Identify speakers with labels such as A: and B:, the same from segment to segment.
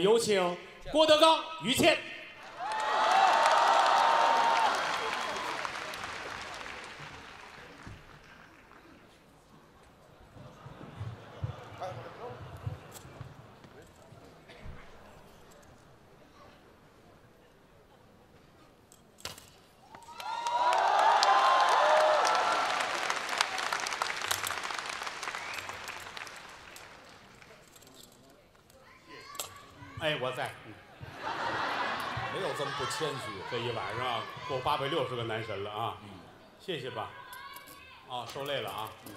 A: 有请郭德纲、于谦。哎，我在嗯
B: 没有这么不谦虚。
A: 这一晚上啊过八百六十个男神了啊！谢谢吧。啊，受累了啊。嗯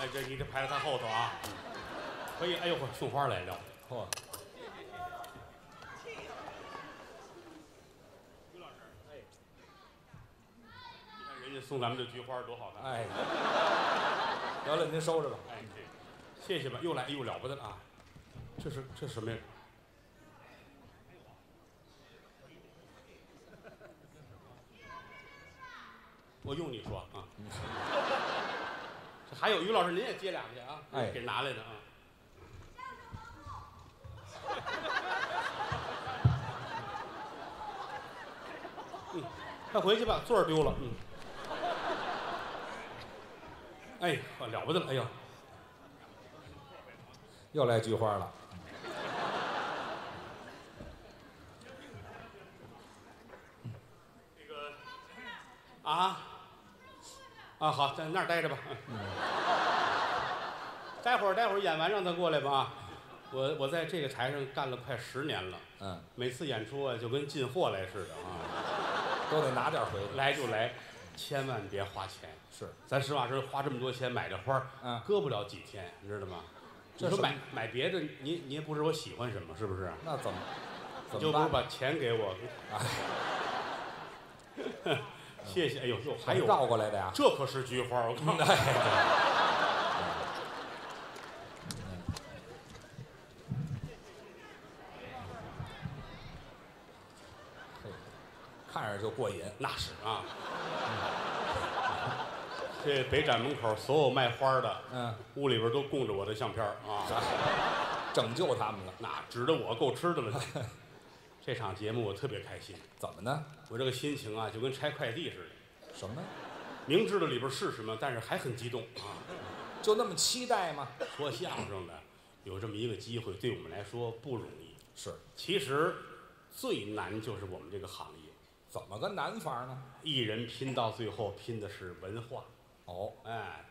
A: 哎，这你这排在他后头啊。嗯可以，哎呦，我送花来着。
B: 嚯，
A: 你看人家送咱们这菊花多好看。
B: 哎，得了，您收拾吧。
A: 哎，谢谢吧，又来，哎呦了不得了啊！这是这是什么呀？ 我用你说啊， 这还有于老师，您也接两去啊，
B: 哎
A: 给拿来的啊。嗯，快回去吧，座儿丢了。嗯，哎，我了不得了，哎呦，
B: 又来菊花了。
A: 啊，啊好，在那儿待着吧。嗯待会儿待会儿演完让他过来吧。啊我我在这个台上干了快十年了，
B: 嗯，
A: 每次演出啊就跟进货来似的啊，
B: 都得拿点回去。
A: 来就来，千万别花钱。
B: 是，
A: 咱实话实说，花这么多钱买这花儿，
B: 嗯
A: 搁不了几天，你知道吗？
B: 这
A: 你说
B: 什么
A: 买买别的，你你也不知道我喜欢什么，是不是？
B: 那怎么
A: 你
B: 怎
A: 就
B: 么
A: 不如
B: 办？
A: 把钱给我。 谢谢，哎呦呦，还有
B: 绕过来的呀？
A: 这可是菊花，我告诉你。
B: 看着就过瘾。
A: 那是啊。嗯这北展门口所有卖花的，
B: 嗯，
A: 屋里边都供着我的相片儿啊，
B: 拯救他们了。
A: 那指着我够吃的了。 这场节目我特别开心，
B: 怎么呢？
A: 我这个心情啊就跟拆快递似的，
B: 什么？
A: 明知道里边是什么，但是还很激动啊。
B: 就那么期待吗？
A: 说相声的有这么一个机会，对我们来说不容易。
B: 是，
A: 其实最难就是我们这个行业，
B: 怎么个难法呢？
A: 艺人拼到最后拼的是文化，
B: 哦，
A: 哎，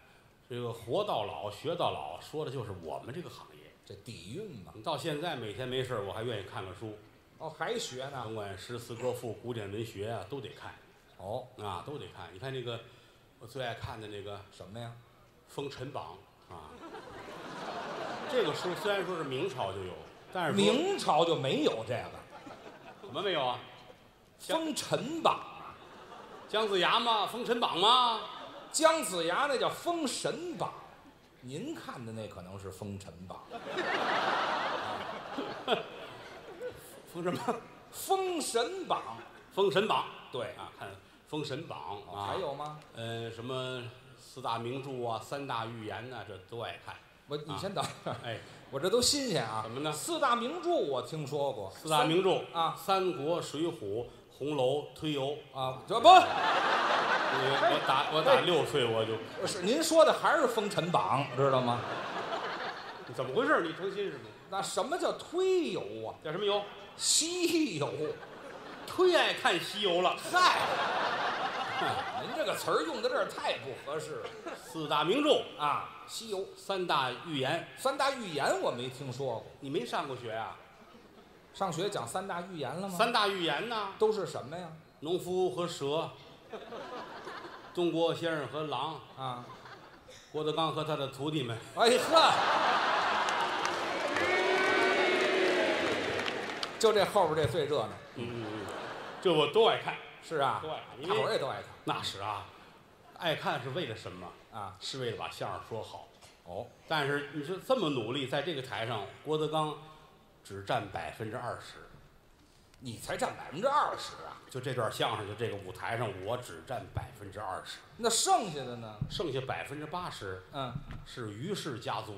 A: 这个活到老学到老，说的就是我们这个行业。
B: 这底蕴嘛。
A: 你到现在每天没事儿我还愿意看看书，
B: 哦，还学呢？
A: 甭管诗词歌赋、古典文学啊，都得看
B: 哦，
A: 啊，都得看。你看那个我最爱看的那个《
B: 什么呀？
A: 封尘榜》啊，这个书虽然说是明朝就有，但是说
B: 明朝就没有这个
A: 怎么没有啊？
B: 封神榜，
A: 姜子牙吗？封尘榜吗？
B: 姜子牙那叫封神榜，您看的那可能是封神榜。
A: 封什么？
B: 封神榜，
A: 封神榜
B: 对
A: 啊，看《封神榜》啊，
B: 还有吗？
A: 呃什么四大名著啊、三大寓言呐、这都爱看。
B: 我你先等会儿，
A: 哎，
B: 我这都新鲜啊。
A: 怎么呢
B: 四大名著我听说过。
A: 四大名著
B: 啊
A: 三国》《水浒》《红楼》《推油》
B: 啊，这不
A: 我我打我打六岁我就是
B: 您说的还是封神榜，知道吗？
A: 你怎么回事？你成心是吗？
B: 那什么叫推油啊？
A: 叫什么油？
B: 西游，
A: 忒爱看西游了。
B: 嗨，您这个词儿用到这儿太不合适了
A: 四大名著，
B: 啊！西游
A: 三大寓言，
B: 三大寓言我没听说过，
A: 你没上过学啊？
B: 上学讲三大寓言了吗？
A: 三大寓言呢？
B: 都是什么呀？
A: 农夫和蛇，中国先生和狼，
B: 啊，
A: 郭德纲和他的徒弟们。
B: 哎呵，就这后边这最热闹，
A: 嗯嗯嗯，这我都爱看。
B: 是啊
A: 都爱看，因
B: 大
A: 为
B: 伙儿也都爱看
A: 那是啊，爱看是为了什么？
B: 啊。
A: 是为了把相声说好。
B: 哦，
A: 但是你说这么努力，在这个台上，郭德纲只占百分之二十。
B: 你才占百分之二十啊，
A: 就这段相声，就这个舞台上，我只占百分之二十，
B: 那剩下的呢？
A: 剩下百分之八十
B: 嗯，
A: 是于氏家族。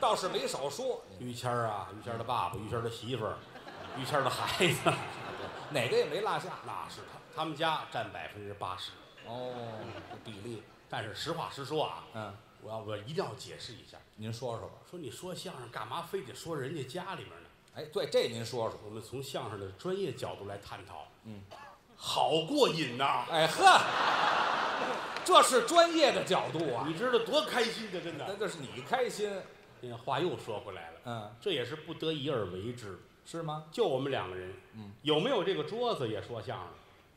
B: 倒是没少说，
A: 于谦儿啊，于谦儿的爸爸，于谦儿的媳妇儿，于谦儿的孩子，
B: 哪个也没落下。
A: 那是他他们家占百分之八十。
B: 哦，这比例，
A: 但是实话实说啊，
B: 嗯，
A: 我要我一定要解释一下，
B: 您说说吧。
A: 说你说相声干嘛非得说人家家里面呢？
B: 哎，对，这您说说。
A: 我们从相声的专业角度来探讨，
B: 嗯，
A: 好过瘾呐、
B: 哎呵，这是专业的角度啊，
A: 你知道多开心的，真
B: 那
A: 的。
B: 这是你开心，
A: 那话又说回来了，
B: 嗯，
A: 这也是不得已而为之。
B: 是吗？
A: 就我们两个人，
B: 嗯，
A: 有没有这个桌子也说相声，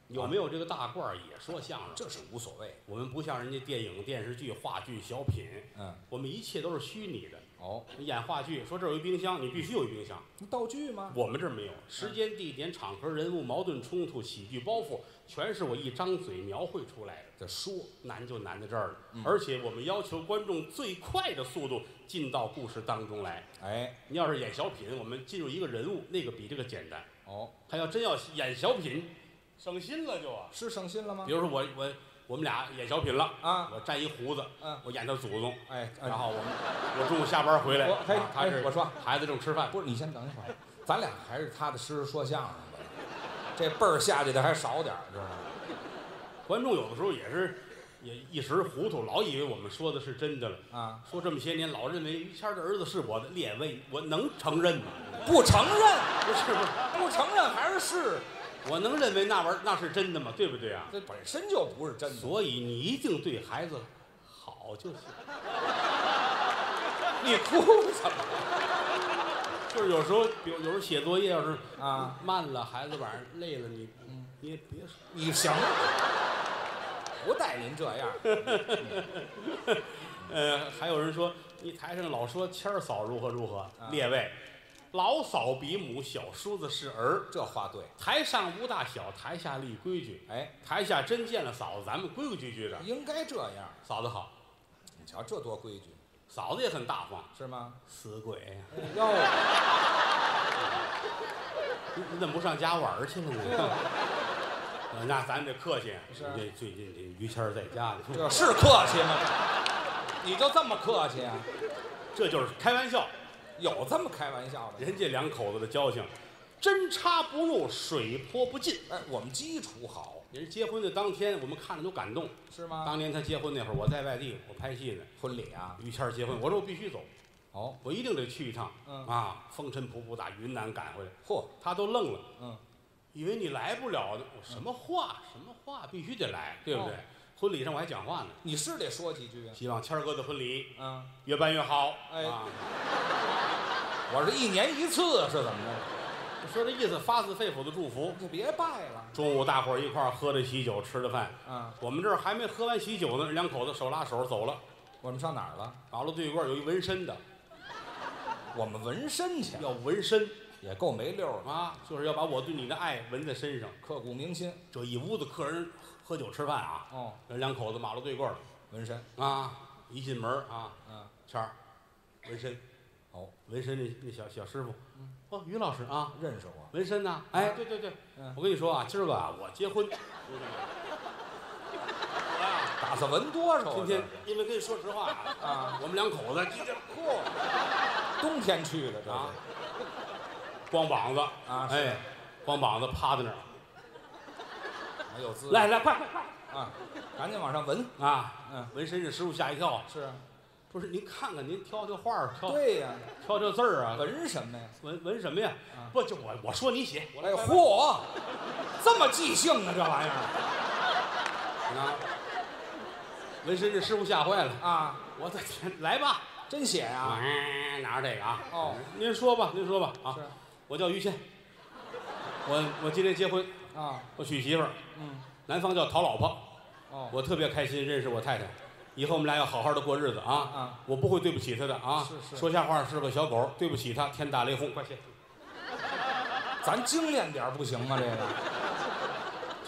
A: 有没有这个大褂儿也说相声。
B: 这是无所谓。
A: 我们不像人家电影、电视剧、话剧、小品，
B: 嗯，
A: 我们一切都是虚拟的。
B: 哦，
A: 你演话剧，说这儿有一冰箱，你必须有一冰箱。
B: 道具吗？
A: 我们这儿没有，时间、地点、场合、人物、矛盾冲突、喜剧包袱，全是我一张嘴描绘出来的。
B: 这说，
A: 难就难在这儿了，而且我们要求观众最快的速度进到故事当中来。
B: 哎，
A: 你要是演小品，我们进入一个人物，那个比这个简单。
B: 哦，
A: 他要真要演小品，省心了就啊。
B: 是省心了吗
A: 比？如说我我我们俩演小品了
B: 啊
A: 我粘一胡子，
B: 嗯
A: 我演他祖宗，
B: 哎，哎
A: 然后我们我中午下班回来，
B: 我嘿
A: 啊他是
B: 哎我说
A: 孩子正吃饭，
B: 不是，你先等一会儿，咱俩还是踏踏实实说相声吧。这辈儿下去的还少点儿，知道吗？
A: 观众有的时候也是也一时糊涂，老以为我们说的是真的了。
B: 啊，
A: 说这么些年，老认为于谦儿的儿子是我的列位，我能承认吗？
B: 不承认，
A: 不是不是，
B: 不承认还是是，
A: 我能认为那玩意儿那是真的吗？对不对啊？
B: 这本身就不是真的。
A: 所以你一定对孩子好就行。
B: 你哭什么？
A: 就是有时候，比如有时候写作业要是
B: 啊
A: 慢了，孩子晚上累了，你嗯你也别说
B: 你行，不带您这样。
A: 呃，还有人说你台上老说谦儿嫂如何如何，列位，老嫂比母，小叔子是儿。
B: 这话对，
A: 台上无大小，台下立规矩。
B: 哎，
A: 台下真见了嫂子，咱们规规矩矩的。
B: 应该这样。
A: 嫂子好，
B: 你瞧这多规矩，
A: 嫂子也很大方。
B: 是吗？
A: 死鬼，
B: 哟，
A: 你你怎么不上家玩儿去呢？
B: 对啊
A: 你， 呃那咱得客气。
B: 是啊
A: 这最近这于谦儿在家呢，
B: 这是啊客气吗？你就这么客气啊？
A: 这就是开玩笑。
B: 有这么开玩笑的？
A: 人家两口子的交情，针插不入，水泼不进。
B: 哎，我们基础好
A: 人家结婚的当天，我们看着都感动。
B: 是吗？
A: 当年他结婚那会儿，我在外地，我拍戏呢。
B: 婚礼啊，
A: 于谦儿结婚，我说我必须走，
B: 哦，
A: 我一定得去一趟。
B: 嗯
A: 啊，风尘仆仆打云南赶回来，
B: 嚯，
A: 他都愣了，
B: 嗯，
A: 以为你来不了呢。我什么话，什么话，必须得来，对不
B: 哦
A: 对？婚礼上我还讲话呢，
B: 你是得说几句啊。
A: 希望谦儿哥的婚礼
B: 嗯，
A: 越办越好。
B: 哎
A: 啊，
B: 我是一年一次，是怎么着？
A: 说这意思，发自肺腑的祝福。
B: 就别拜了。
A: 中午大伙儿一块儿喝的喜酒，吃的饭。
B: 嗯，
A: 我们这儿还没喝完喜酒呢，两口子手拉手走了。
B: 我们上哪儿了？
A: 马路对过有一纹身的，
B: 我们纹身去，
A: 要纹身
B: 也够没溜儿的，
A: 啊，就是要把我对你的爱纹在身上。
B: 刻骨铭心。
A: 这一屋子客人喝酒吃饭啊，
B: 哦，
A: 人两口子马路对过的
B: 纹身，
A: 啊，一进门啊，
B: 嗯，
A: 谦儿，纹身，
B: 哦，
A: 纹身那那小小师傅，哦，于老师啊，
B: 认识我。
A: 纹身呐，哎，对对对
B: 嗯，
A: 我跟你说啊，今儿个啊，我结婚，
B: 嗯打算纹多少啊？
A: 今天因为跟你说实话
B: 啊，
A: 我们两口子今天
B: 嚯，冬天去的这
A: 啊
B: 是，
A: 光膀子
B: 啊是
A: 哎，光膀子趴在那儿，
B: 还有滋味
A: 来来快快快
B: 啊，赶紧往上纹。
A: 啊，
B: 嗯，
A: 纹身这师傅吓一跳，
B: 是啊，
A: 不是您看看您挑挑画儿，挑
B: 对呀、
A: 挑挑字儿啊，
B: 纹什么呀？
A: 纹纹什么呀
B: 啊？
A: 不就我我说你写，我
B: 哎
A: 来画
B: 嚯，这么即兴呢、这玩意儿
A: 啊！纹身这师傅吓坏了，
B: 啊，
A: 我的天， 来吧，
B: 真写啊？
A: 哎，拿着这个啊，
B: 哦，
A: 您说吧，您说吧啊
B: 是，
A: 我叫于谦，我我今天结婚，
B: 啊，
A: 我娶媳妇儿，
B: 嗯，
A: 南方叫讨老婆，
B: 哦，
A: 我特别开心认识我太太，以后我们俩要好好的过日子啊！
B: 啊
A: 我不会对不起她的啊！
B: 是是
A: 说瞎话是个小狗，对不起她，天打雷轰！快谢。
B: 咱精炼点儿不行吗？这个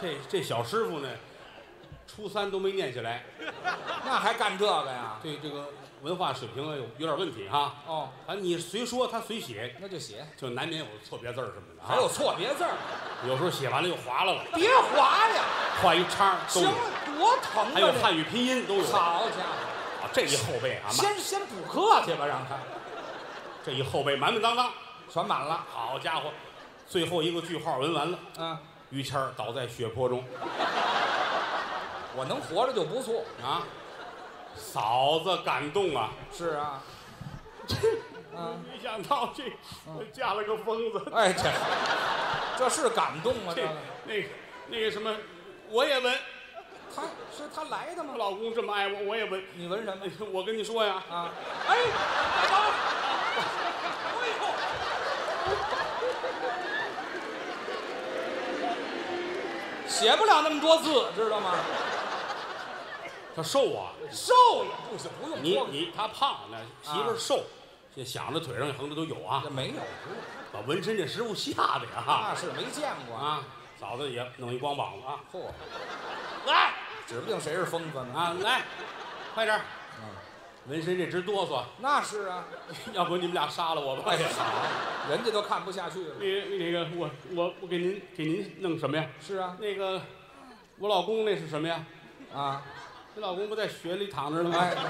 A: 这这小师傅呢，初三都没念起来，
B: 那还干这个呀？
A: 对这个文化水平啊有有点问题哈。
B: 哦，
A: 啊，你随说他随写，
B: 那就写，
A: 就难免有错别字儿什么的啊。
B: 还有错 别字儿，
A: 有时候写完了又划拉了，
B: 别划呀，
A: 画一叉儿都
B: 行
A: 有，
B: 了，多疼啊！
A: 还有
B: 这
A: 汉语拼音都有。
B: 好家伙，
A: 啊这一后背啊，妈
B: 先先补课去吧，让他
A: 这一后背满满当当，
B: 全满了
A: 好家伙，最后一个句号纹完了，
B: 啊！
A: 于谦儿倒在血泊中
B: 我能活着就不错。
A: 啊，嫂子感动啊，
B: 是啊，啊，
A: 没想到这嫁了个疯子，
B: 哎，这这是感动啊！
A: 这
B: 这个
A: 那个那个什么，我也纹，
B: 他是他来的
A: 我
B: 吗？
A: 老公这么爱我，我也纹。
B: 你闻什么？
A: 我跟你说呀，
B: 啊！哎，大刀！哎呦，写不了那么多字，知道吗？
A: 他瘦啊，
B: 瘦也不行，不用
A: 你
B: 说
A: 你他胖，那媳妇儿瘦，这想着腿上横着都有啊
B: 这，没有，
A: 把纹身这师傅吓的呀
B: 那是没见过。
A: 啊！嫂子也弄一光膀子啊，
B: 嚯，
A: 来
B: 指不定谁是疯子呢。
A: 啊来，快点儿，
B: 嗯，
A: 纹身这直哆嗦，
B: 那是啊。
A: 要不你们俩杀了我吧？
B: 哎 呀，人家都看不下去了。
A: 那个那个我我我给您给您弄什么呀？
B: 是啊，
A: 那个我老公那是什么呀？
B: 啊，
A: 你老公不在雪里躺着呢
B: 哎
A: 吗？，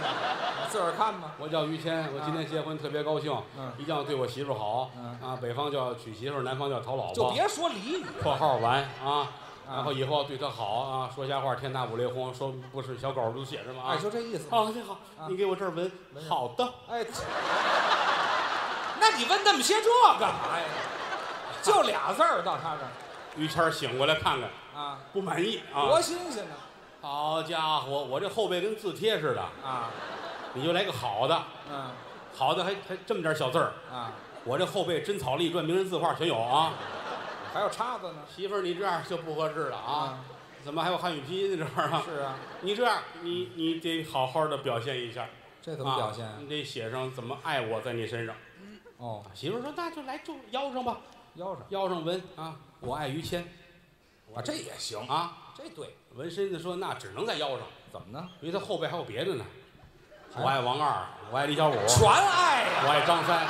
B: 自个儿看吧。
A: 我叫于谦，我今天结婚特别高兴，
B: 嗯
A: 一定要对我媳妇儿好
B: 嗯
A: 啊！北方叫娶媳妇儿，南方叫讨老婆。
B: 就别说俚语，
A: 括号完啊，
B: 啊
A: 然后以后要对他好啊，说瞎话天打五雷轰，说不是小狗儿都写着吗？
B: 哎，
A: 啊，
B: 就这意思。
A: 啊，你好，你给我这儿纹，好的，
B: 哎， 那你问那么些这干嘛呀？就俩字儿到他这儿
A: 于谦儿醒过来看看，
B: 啊，
A: 不满意啊
B: 多，新鲜呢
A: 好家伙，我这后背跟字帖似的，
B: 啊，
A: 你就来个好的，
B: 嗯
A: 好的还还这么点小字儿，
B: 啊，
A: 我这后背真草隶篆名人字画全有啊，
B: 还有叉子呢
A: 媳妇儿你这样就不合适了啊，，怎么还有汉语拼音呢这儿啊？
B: 是啊，
A: 你这样，你你得好好的表现一下，
B: 这怎么表现
A: 啊
B: 啊？
A: 你得写上怎么爱我在你身上。
B: 哦，
A: 媳妇儿说：“那就来就腰上吧，
B: 腰上
A: 腰上纹啊，我爱于谦
B: 啊，这也行，
A: 啊。
B: 这对，”
A: 纹身的说：“那只能在腰上，
B: 怎么呢？
A: 因为他后背还有别的呢。
B: 还
A: 我爱王二，我爱李小五，
B: 全爱呀！
A: 我爱张三，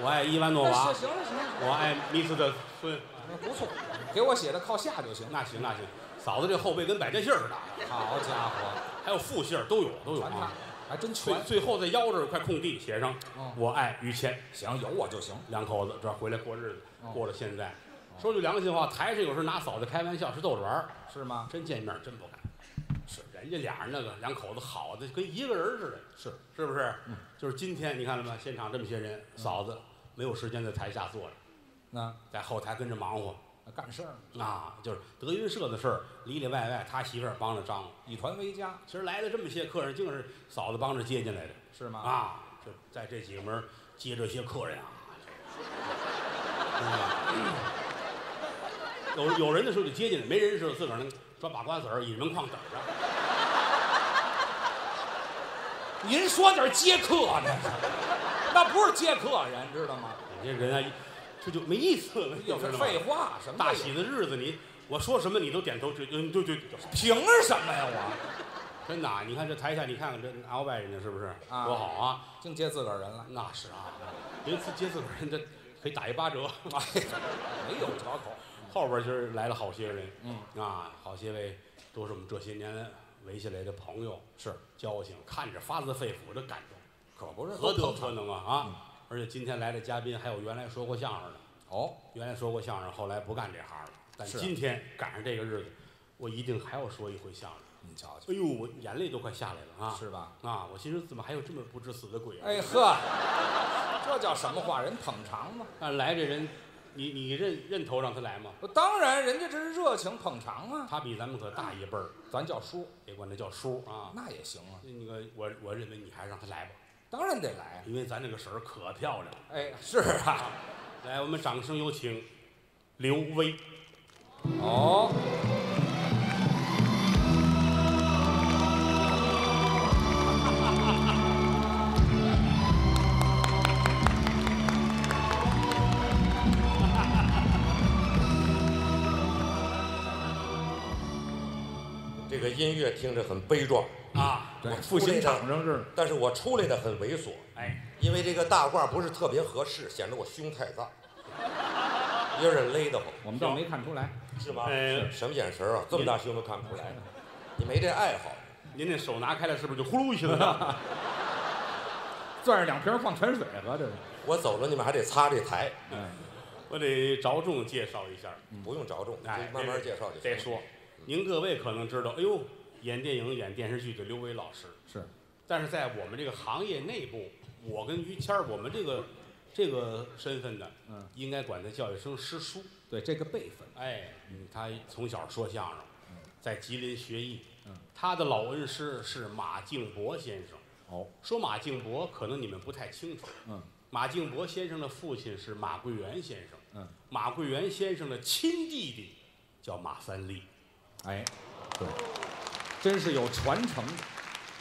A: 我爱伊万诺
B: 那
A: 娃
B: 是，行了行了，
A: 我爱迷斯的孙。
B: 那不错，给我写的靠下就行。
A: 那行那行，嫂子这后背跟百家姓儿似的，
B: 好家伙，
A: 还有复姓儿都有都有
B: 全他
A: 啊。
B: 还真全
A: 最。最后在腰这儿块空地写上
B: 哦
A: 我爱于谦，
B: 行，有我就行。
A: 两口子这回来过日子，
B: 哦
A: 过了现在。说句良心话，台上有时候拿嫂子开玩笑是逗着玩儿。
B: 是吗？
A: 真见面真不敢。是人家俩人那个两口子好的跟一个人似的，
B: 是嗯
A: 是不是？就是今天你看了吗？现场这么些人，嫂子没有时间在台下坐着，
B: 那
A: 在后台跟着忙活
B: 干事儿，
A: 啊，就是德云社的事儿，里里外外他媳妇儿帮着张罗。
B: 以团为家，
A: 其实来了这么些客人，竟是嫂子帮着接进来的
B: 是吗？，
A: 啊。就在这几个门儿接这些客人啊，这个嗯 有有人的时候就接进来，没人的时候自个儿能抓把瓜子儿引门框等着。
B: 您说那是接客那是， 那不是接客人，知道吗？
A: 你这人啊，这就没意思了，
B: 有
A: 知
B: 这
A: 道吗
B: 废话，什么
A: 大
B: 都有
A: 喜的日子，你我说什么你都点头，就嗯，对对对，
B: 凭什么呀我？
A: 真的啊、你看这台下，你看看这鳌拜人家是不是
B: 啊
A: 多好啊？
B: 净接自个儿人了，
A: 那是啊，人自接自个儿人，这可以打一八 折。
B: 没有嚼口。
A: 后边就是来了好些人，
B: 嗯，
A: 啊，好些位都是我们这些年围下来的朋友，
B: 是，
A: 交情，看着发自肺腑的感动，
B: 可不是
A: 何
B: 都
A: 德
B: 捧
A: 何
B: 场
A: 能啊
B: 嗯
A: 啊！而且今天来的嘉宾还有原来说过相声的。
B: 哦，
A: 原来说过相声，后来不干这行了。但
B: 是
A: 今天赶上这个日子，我一定还要说一回相声。
B: 你瞧瞧
A: 哎，呦，我眼泪都快下来了啊！
B: 是吧？
A: 啊，我心说怎么还有这么不知死的鬼啊？
B: 哎呵，这叫什么话？人捧场嘛，
A: 但来这人，你你认认头让他来吗？
B: 我当然人家这是热情捧场啊，
A: 他比咱们可大一辈儿，
B: 咱叫叔，
A: 别管他叫叔啊。
B: 那也行啊，
A: 那个我我认为你还让他来吧，
B: 当然得来。
A: 因为咱这个婶儿可漂亮了。
B: 哎，是啊，
A: 来，我们掌声有请刘薇。
B: 哦。
C: 这个音乐听着很悲壮，
A: 啊，
B: 对
C: 我出来的，
B: 上是
C: 但是我出来的很猥琐，
A: 哎，
C: 因为这个大褂不是特别合适，显得我胸太大，有点勒得慌，
B: 我们倒没看出来。
C: 是吗？
A: 呃
C: 什么眼神啊？这么大胸都看不出来，
A: 哎
C: 你没这爱好。
A: 您这啊手拿开了，是不是就呼噜一下子？
B: 攥着两瓶矿泉水喝，这是嗯
C: 我走了，你们还得擦这台，
A: 我得着重介绍一下，
C: 不用着重，就
A: 嗯哎，
C: 慢慢介绍就行。嗯
A: 再说，您各位可能知道，哎呦，演电影、演电视剧的刘伟老师，
B: 是，
A: 但是在我们这个行业内部，我跟于谦儿，我们这个这个身份呢，
B: 嗯，
A: 应该管他叫一声师叔。
B: 对这个辈分，
A: 哎，他从小说相声，在吉林学艺
B: 嗯，
A: 他的老恩师是马敬伯先生。
B: 哦，
A: 说马敬伯，可能你们不太清楚，
B: 嗯
A: 马敬伯先生的父亲是马桂元先生，
B: 嗯，
A: 马桂元先生的亲弟弟叫马三立。
B: 哎，对，真是有传承的，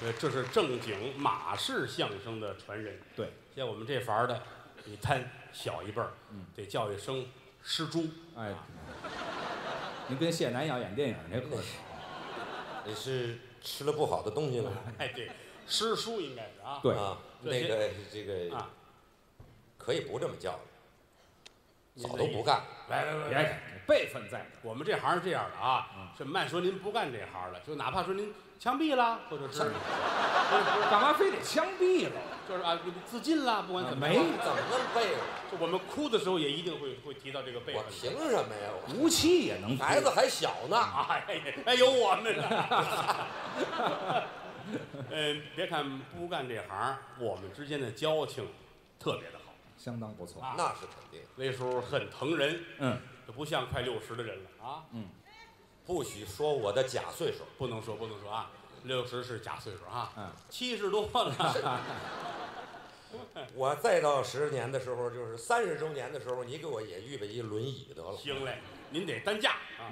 A: 呃，这是正经马氏相声的传人。
B: 对，
A: 像我们这行的，你摊小一辈儿，得叫一声师叔。
B: 哎，您跟谢楠要演电影那可是，
C: 你是吃了不好的东西吗？
A: 哎，对，师叔应该是啊。
B: 对
C: 啊，
A: 这
C: 那
A: 些
C: 个这个
A: 啊，
C: 可以不这么叫了，
A: 您
C: 早
A: 的
C: 都
A: 意
C: 不
A: 思。
C: 干。
A: 来来来来，
B: 别辈分在这儿，
A: 我们这行是这样的啊，这慢说您不干这行了，就哪怕说您枪毙啦，或者是
B: 干嘛非得枪毙了？
A: 就是啊自尽啦，不管怎么
B: 没
A: 样，
C: 哎怎么那么背了？
A: 就我们哭的时候也一定会会提到这个辈
C: 我
A: 分。
C: 凭什么呀？我
B: 无期也能
C: 孩子还小呢，啊
A: 哎哎，有我们呢。 嗯，别看不干这行，我们之间的交情特别的好。
B: 相当不错，
A: 啊
C: 那是肯定，
A: 那时候很疼人，
B: 嗯，
A: 就不像快六十的人了啊。
C: 不许说我的假岁数。
A: 不能说，不能说啊，六十是假岁数
B: 嗯
A: 啊，七十多了。
B: 嗯
C: 我再到十年的时候，就是三十周年的时候，你给我也预备一轮椅得了，
A: 行嘞，您得担架啊。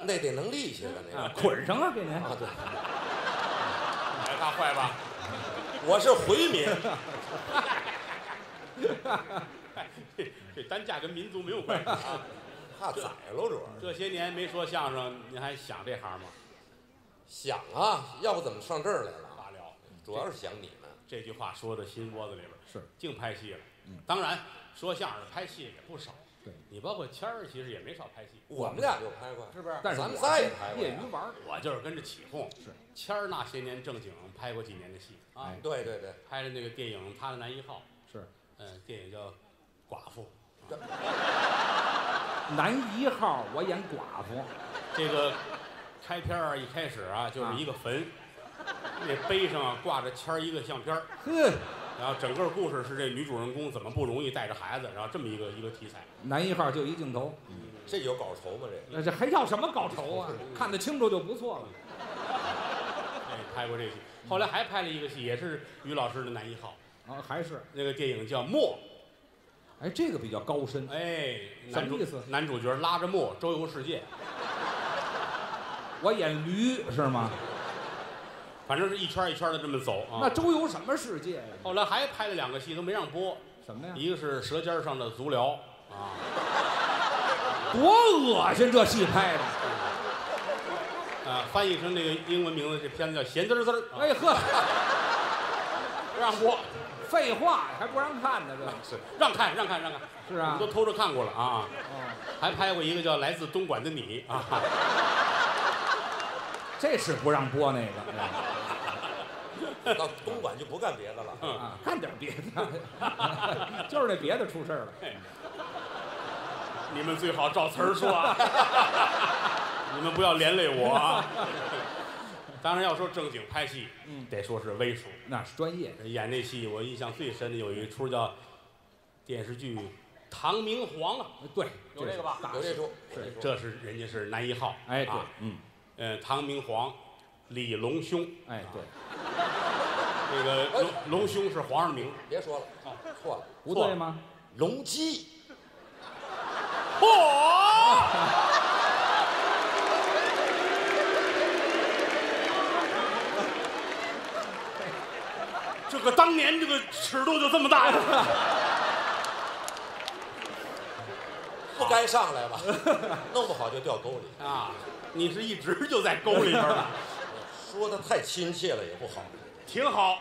C: 那得能立起来那个。
B: 捆上啊，给您，
C: 啊，对，
A: 哎，大坏吧？
C: 我是回民，
A: 哎这这担架跟民族没有关系啊。
C: 怕宰喽，主要是。
A: 这些年没说相声，您还想这行吗？
C: 想啊，要不怎么上这儿来了啊？
A: 罢了，
C: 主要是想你们。
A: 这句话说到心窝子里边儿，
B: 是嗯
A: 净拍戏了。当然说相声的拍戏也不少。
B: 对
A: 你包括谦儿，其实也没少拍戏，
C: 我们俩就拍过，
A: 是不是？
B: 但是
C: 咱们
B: 我
C: 仨也拍过
B: 业
C: 呀
B: 余玩儿，
A: 我就是跟着起哄。
B: 是
A: 谦儿那些年正经拍过几年的戏啊
B: 哎，
C: 对对对，
A: 拍了那个电影《他的男一号》，
B: 是
A: 嗯，电影叫《寡妇
B: 男一号，我演寡妇，》。
A: 这个开篇儿一开始啊，就是一个坟，那碑上啊挂着谦儿一个相片儿，
B: 呵，
A: 然后整个故事是这女主人公怎么不容易带着孩子，然后这么一个一个题材。
B: 男一号就一镜头，
C: 这有稿酬吗？这个
B: 那这还要什么高潮啊？看得清楚就不错了。
A: 哎，拍过这戏，后来还拍了一个戏，也是于老师的男一号，
B: 啊，还是
A: 那个电影叫《墨
B: 哎，这个比较高深》，。
A: 哎，
B: 什
A: 男
B: 么
A: 主
B: 意思
A: 男主角拉着墨周游世界，
B: 我演驴是吗？
A: 反正是一圈一圈的这么走
B: 那
A: 啊。
B: 周游什么世界呀？
A: 后来还拍了两个戏都没让播，
B: 什么呀？
A: 一个是《舌尖上的足疗》啊，
B: 多恶心！这戏拍的，
A: 啊，翻译成这个英文名字，这片子叫《咸滋滋儿》啊，
B: 哎呵，
A: 不让播，
B: 废话还不让看呢，这
A: 是让看让看让看，
B: 是
A: 我
B: 啊
A: 们都。偷着看过了啊。
B: 哦，
A: 还拍过一个叫《来自东莞的你》啊，
B: 这是不让播那个
C: 到东莞就不干别的了。
B: 啊，干点别的， 就是那别的出事儿了。
A: 你们最好照词儿说 啊，你们不要连累我啊。当然要说正经拍戏，
B: 嗯
A: 得说是威叔
B: 那是专业的，
A: 演那戏，我印象最深的有一出叫电视剧《唐明皇》啊，
B: 对，
A: 有这个吧
B: 大
C: 有这
B: 事
C: 出，
B: 是
C: 有这出
A: 这是人家是男一号，
B: 哎，对
A: 啊，
B: 嗯，
A: 呃，唐明皇，李隆兄，
B: 哎，对，
A: 这个
B: 哎
A: 隆隆兄是皇上的名字，
C: 别说了，
B: 嗯
C: 错了，
B: 不对吗？
C: 隆基
A: 嚯！这个当年这个尺度就这么大呀！
C: 不该 上来吧？弄不好就掉沟里。
A: 啊，你是一直就在沟里边 的，
C: 说的太亲切了也不好。
A: 挺好，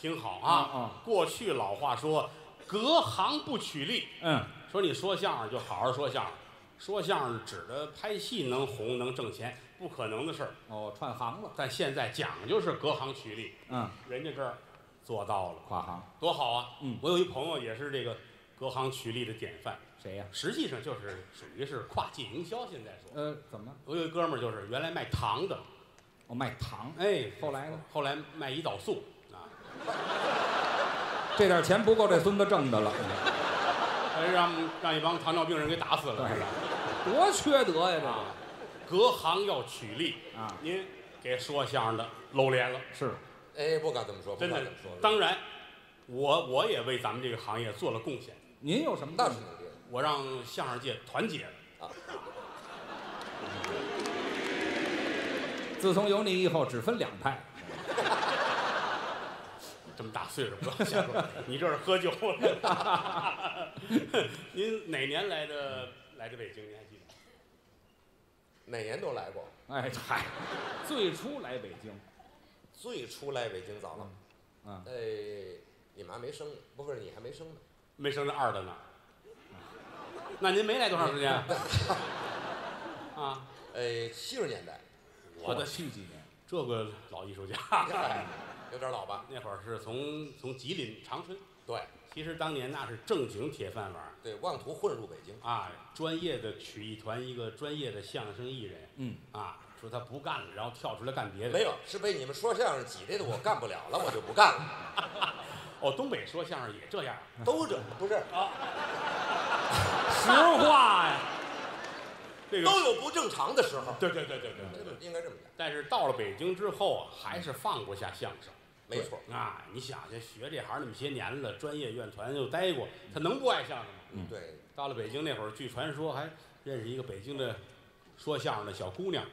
A: 挺好啊。
B: 嗯嗯
A: 过去老话说，隔行不取利，
B: 嗯，
A: 说你说相声就好好说相声，说相声指着拍戏能红能挣钱，不可能的事儿。
B: 哦，串行了，
A: 但现在讲究是隔行取利，
B: 嗯，
A: 人家这儿做到了，
B: 跨行
A: 多好啊！
B: 嗯
A: 我有一朋友也是这个隔行取利的典范，
B: 谁呀、
A: 实际上就是属于是跨界营销。现在说，
B: 呃，怎么了？
A: 我有一哥们儿就是原来卖糖的，
B: 我哦卖糖，
A: 哎，
B: 后来呢？
A: 后来卖胰岛素啊，
B: 这点钱不够这孙子挣的了，
A: 哎让让一帮糖尿病人给打死了，
B: 对
A: 是吧？
B: 多缺德呀！这
A: 啊
B: 个，
A: 隔行要取利
B: 啊
A: 您给说相声的露脸了，
B: 是
C: 哎，不敢这么说，不
A: 真
C: 敢
A: 的
C: 这么说。。
A: 当然，我我也为咱们这个行业做了贡献，
B: 您有什么
C: 那
B: 大
C: 是肯定的
A: 我让相声界团结了。
B: 自从有你以后，只分两派。
A: 这么大岁数，不要瞎说，你这是喝酒了。 您哪年来的来的北京？您还记得？
C: 哪年都来过，
B: 哎嗨，最初来北京，
C: 最初来北京早了。
B: 嗯，
C: 哎，你妈没生呢，不是你还没生呢，
A: 没生那二的呢。那您没来多长时间？ 啊，
C: 哎，七十年代，
A: 我的
B: 七几年，
A: 这个老艺术 家，
C: 哎，
A: 啊
C: 有点老吧？
A: 那会儿是从从吉林长春，
C: 对
A: 其实当年那是正经铁饭碗儿
C: 对，妄图混入北京，
A: 啊，专业的曲艺团，一个专业的相声艺人
B: 嗯，
A: 啊，说他不干了，然后跳出来干别的。
C: 没有，是被你们说相声挤兑的，我干不了了，我就不 干了。
A: 哦，东北说相声也这样啊。
C: 都这不是
A: 实话呀，这个
C: 都有不正常的时候，
A: 对对对对对
C: 这
A: 对
C: 个
A: 对。
C: 应该这么讲，
A: 但是到了北京之后啊，还是放不下相声
C: 没错。
A: 啊！你想想，学这行那么些年了，专业院团又待过，他能不爱相声吗？
C: 对，
A: 到了北京那会儿，据传说还认识一个北京的说相声的小姑娘，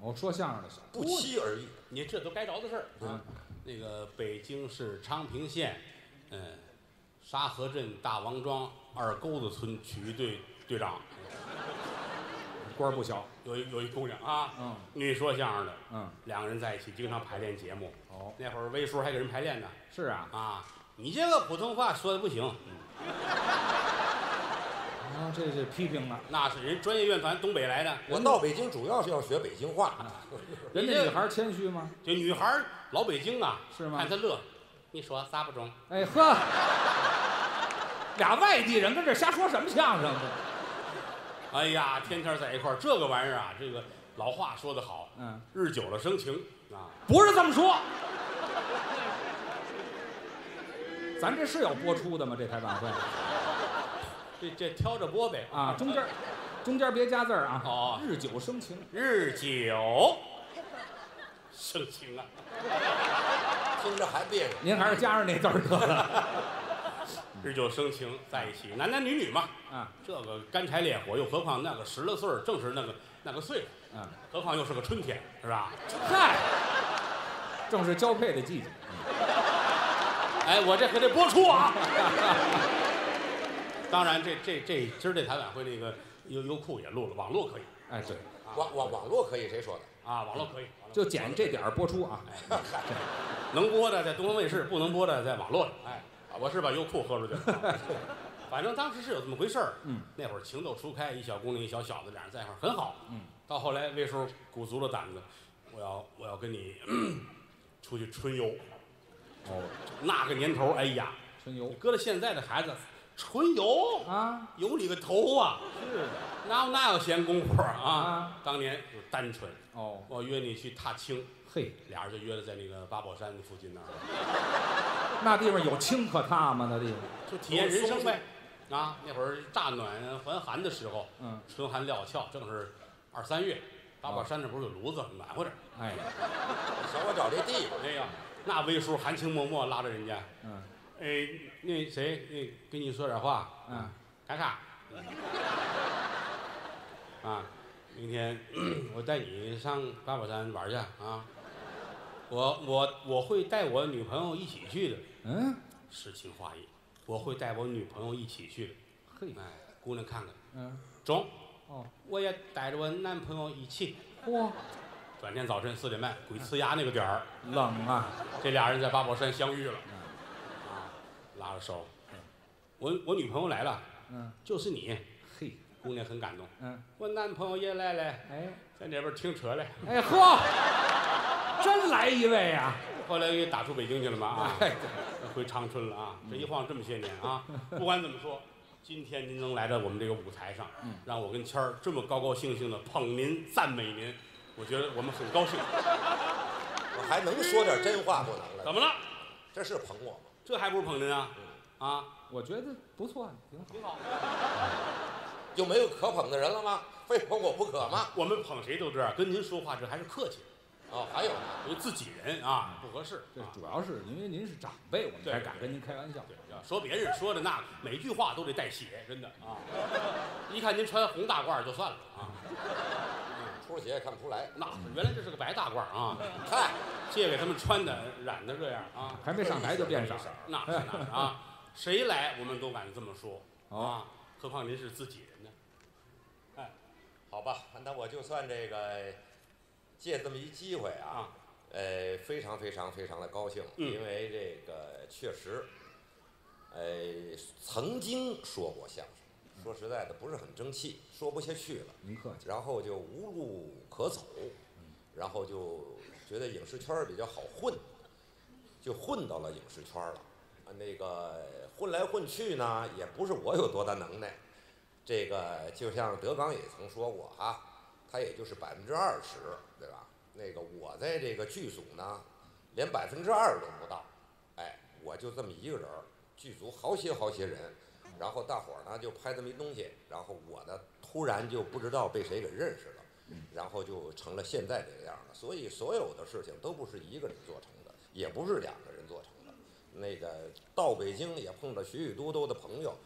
B: 我说相声的小
C: 不期而遇。
A: 你这都该着的事儿啊。那个北京市昌平县，嗯，沙河镇大王庄二沟子村曲艺队队长，
B: 官儿不小，
A: 有一有一姑娘啊，
B: 嗯
A: 女说相声的，
B: 嗯，
A: 两个人在一起经常排练节目。
B: 哦，
A: 那会儿微叔还给人排练呢
B: 是啊，
A: 啊！你这个普通话说的不行，嗯
B: 啊，这这批评了，
A: 那是人专业院团东北来的，
C: 我到北京主要是要学北京话，
B: 人家女孩儿谦虚吗？
A: 这女孩儿老北京啊，
B: 是吗
A: 看她乐，你说咋不中？
B: 哎呵，俩外地人跟这瞎说什么相声呢？
A: 哎呀，天天在一块儿，这个玩意儿啊，这个老话说得好，
B: 嗯，
A: 日久了生情啊。
B: 不是这么说。咱这是要播出的吗？这台晚会
A: 这这挑着播呗
B: 啊，中间儿中间儿别加字儿啊。
A: 哦
B: 日久生情，
A: 日久生情啊，
C: 听着还别扭。
B: 您还是加上那字儿得了。
A: 日久生情，在一起男男女女嘛，
B: 啊，
A: 这个干柴烈火，又何况那个十来岁儿正是那个那个岁数，
B: 嗯，
A: 何况又是个春天，是吧？
B: 嗨，正是交配的季节。
A: 哎，我这可得播出啊！ 当然这，这这今儿这台晚会那个优优酷也录了，网络可以
B: 哎，对，
A: 啊
C: 网网网络可以，谁说的？
A: 啊，网络可以，网络
B: 就捡这点儿播出啊。
A: 能播的在东方卫视，不能播的在网络上。哎，我是把优酷喝出去了。 反正当时是有这么回事儿。
B: 嗯，
A: 那会儿情窦初开，一小姑娘一小小子，俩人在一块儿很好。
B: 嗯，
A: 到后来魏叔鼓足了胆子，我要我要跟你咳出去春游。
B: 哦，
A: 那个年头，哎呀，
B: 春游
A: 搁到现在的孩子，春游
B: 啊，
A: 有你个头啊！
B: 是的。
A: 哪有那有闲工夫啊
B: 啊？
A: 当年就单纯，
B: 哦，
A: 我约你去踏青，
B: 嘿，
A: 俩人就约了在那个八宝山附近那儿，
B: 那地方有青可踏吗？那地方，
A: 就体验人生呗。啊，那会儿乍暖还寒的时候，
B: 嗯，
A: 春寒料峭，正是二三月，八宝山那不是有炉子，暖和点儿。
B: 哎，
C: 想我找这地方，
A: 哎呀，那魏叔含情脉脉拉着人家，
B: 嗯
A: 哎，那谁，那跟你说点话，
B: 嗯，
A: 卡卡，啊，明天我带你上八宝山玩去啊！我我我会带我女朋友一起去的，
B: 嗯，
A: 诗情画意，我会带我女朋友一起去的。
B: 嘿，
A: 哎，姑娘看看，
B: 嗯，
A: 中，
B: 哦，
A: 我也带着我男朋友一起。
B: 嚯，
A: 转天早晨四点半，鬼呲牙那个点儿，
B: 冷啊，
A: 这俩人在八宝山相遇了，啊，拉着手，我我女朋友来了，
B: 嗯，
A: 就是你，
B: 嘿，
A: 姑娘很感动。
B: 嗯，
A: 我男朋友也来了，
B: 哎，
A: 在那边听车嘞。
B: 哎嚯，真来一位啊！
A: 后来又打出北京去了嘛啊，
B: 哎，
A: 回长春了啊，这一晃这么些年啊，不管怎么说，今天您能来到我们这个舞台上，让我跟谦儿这么高高兴兴的捧您、赞美您，我觉得我们很高兴。
C: 我还能说点真话不能了？
A: 怎么了？
C: 这是捧我吗？
A: 这还不是捧您啊？啊，
B: 我觉得不错，啊挺好。
C: 就没有可捧的人了吗？非捧我不可吗？
A: 我们捧谁都这样，跟您说话这还是客气，
C: 哦，还有呢，
A: 因为自己人啊不合适
B: 这
A: 啊。
B: 主要是因为您是长辈，我们
A: 对
B: 才敢跟您开玩笑。
A: 对，要说别人说的那每句话都得带血，真的啊。一看您穿红大褂儿就算了啊，
C: 出血也看不出来。
A: 那
B: 嗯
A: 原来这是个白大褂儿啊，
C: 嗨，
A: 借给他们穿的染的这样啊。
B: 还没上台就变色儿，
A: 那是那是啊，谁来我们都敢这么说
B: 哦
A: 啊，何况您是自己人呢？
C: 好吧，那我就算这个借这么一机会啊
B: 哦
A: 啊，
C: 呃，非常非常非常的高兴，
A: 嗯
C: 因为这个确实，呃，曾经说过相声，说实在的不是很争气，说不下去了，
B: 您客气。
C: 然后就无路可走，然后就觉得影视圈儿比较好混，就混到了影视圈儿了。啊，那个混来混去呢，也不是我有多大能耐。这个就像德刚也曾说过啊，他也就是百分之二十，对吧？那个我在这个剧组呢，连百分之二都不到，哎，我就这么一个人儿，剧组好些好些人，然后大伙儿呢就拍这么一东西，然后我呢突然就不知道被谁给认识了，然后就成了现在这个样儿了。所以所有的事情都不是一个人做成的，也不是两个人做成的。那个到北京也碰到许许多多的朋友，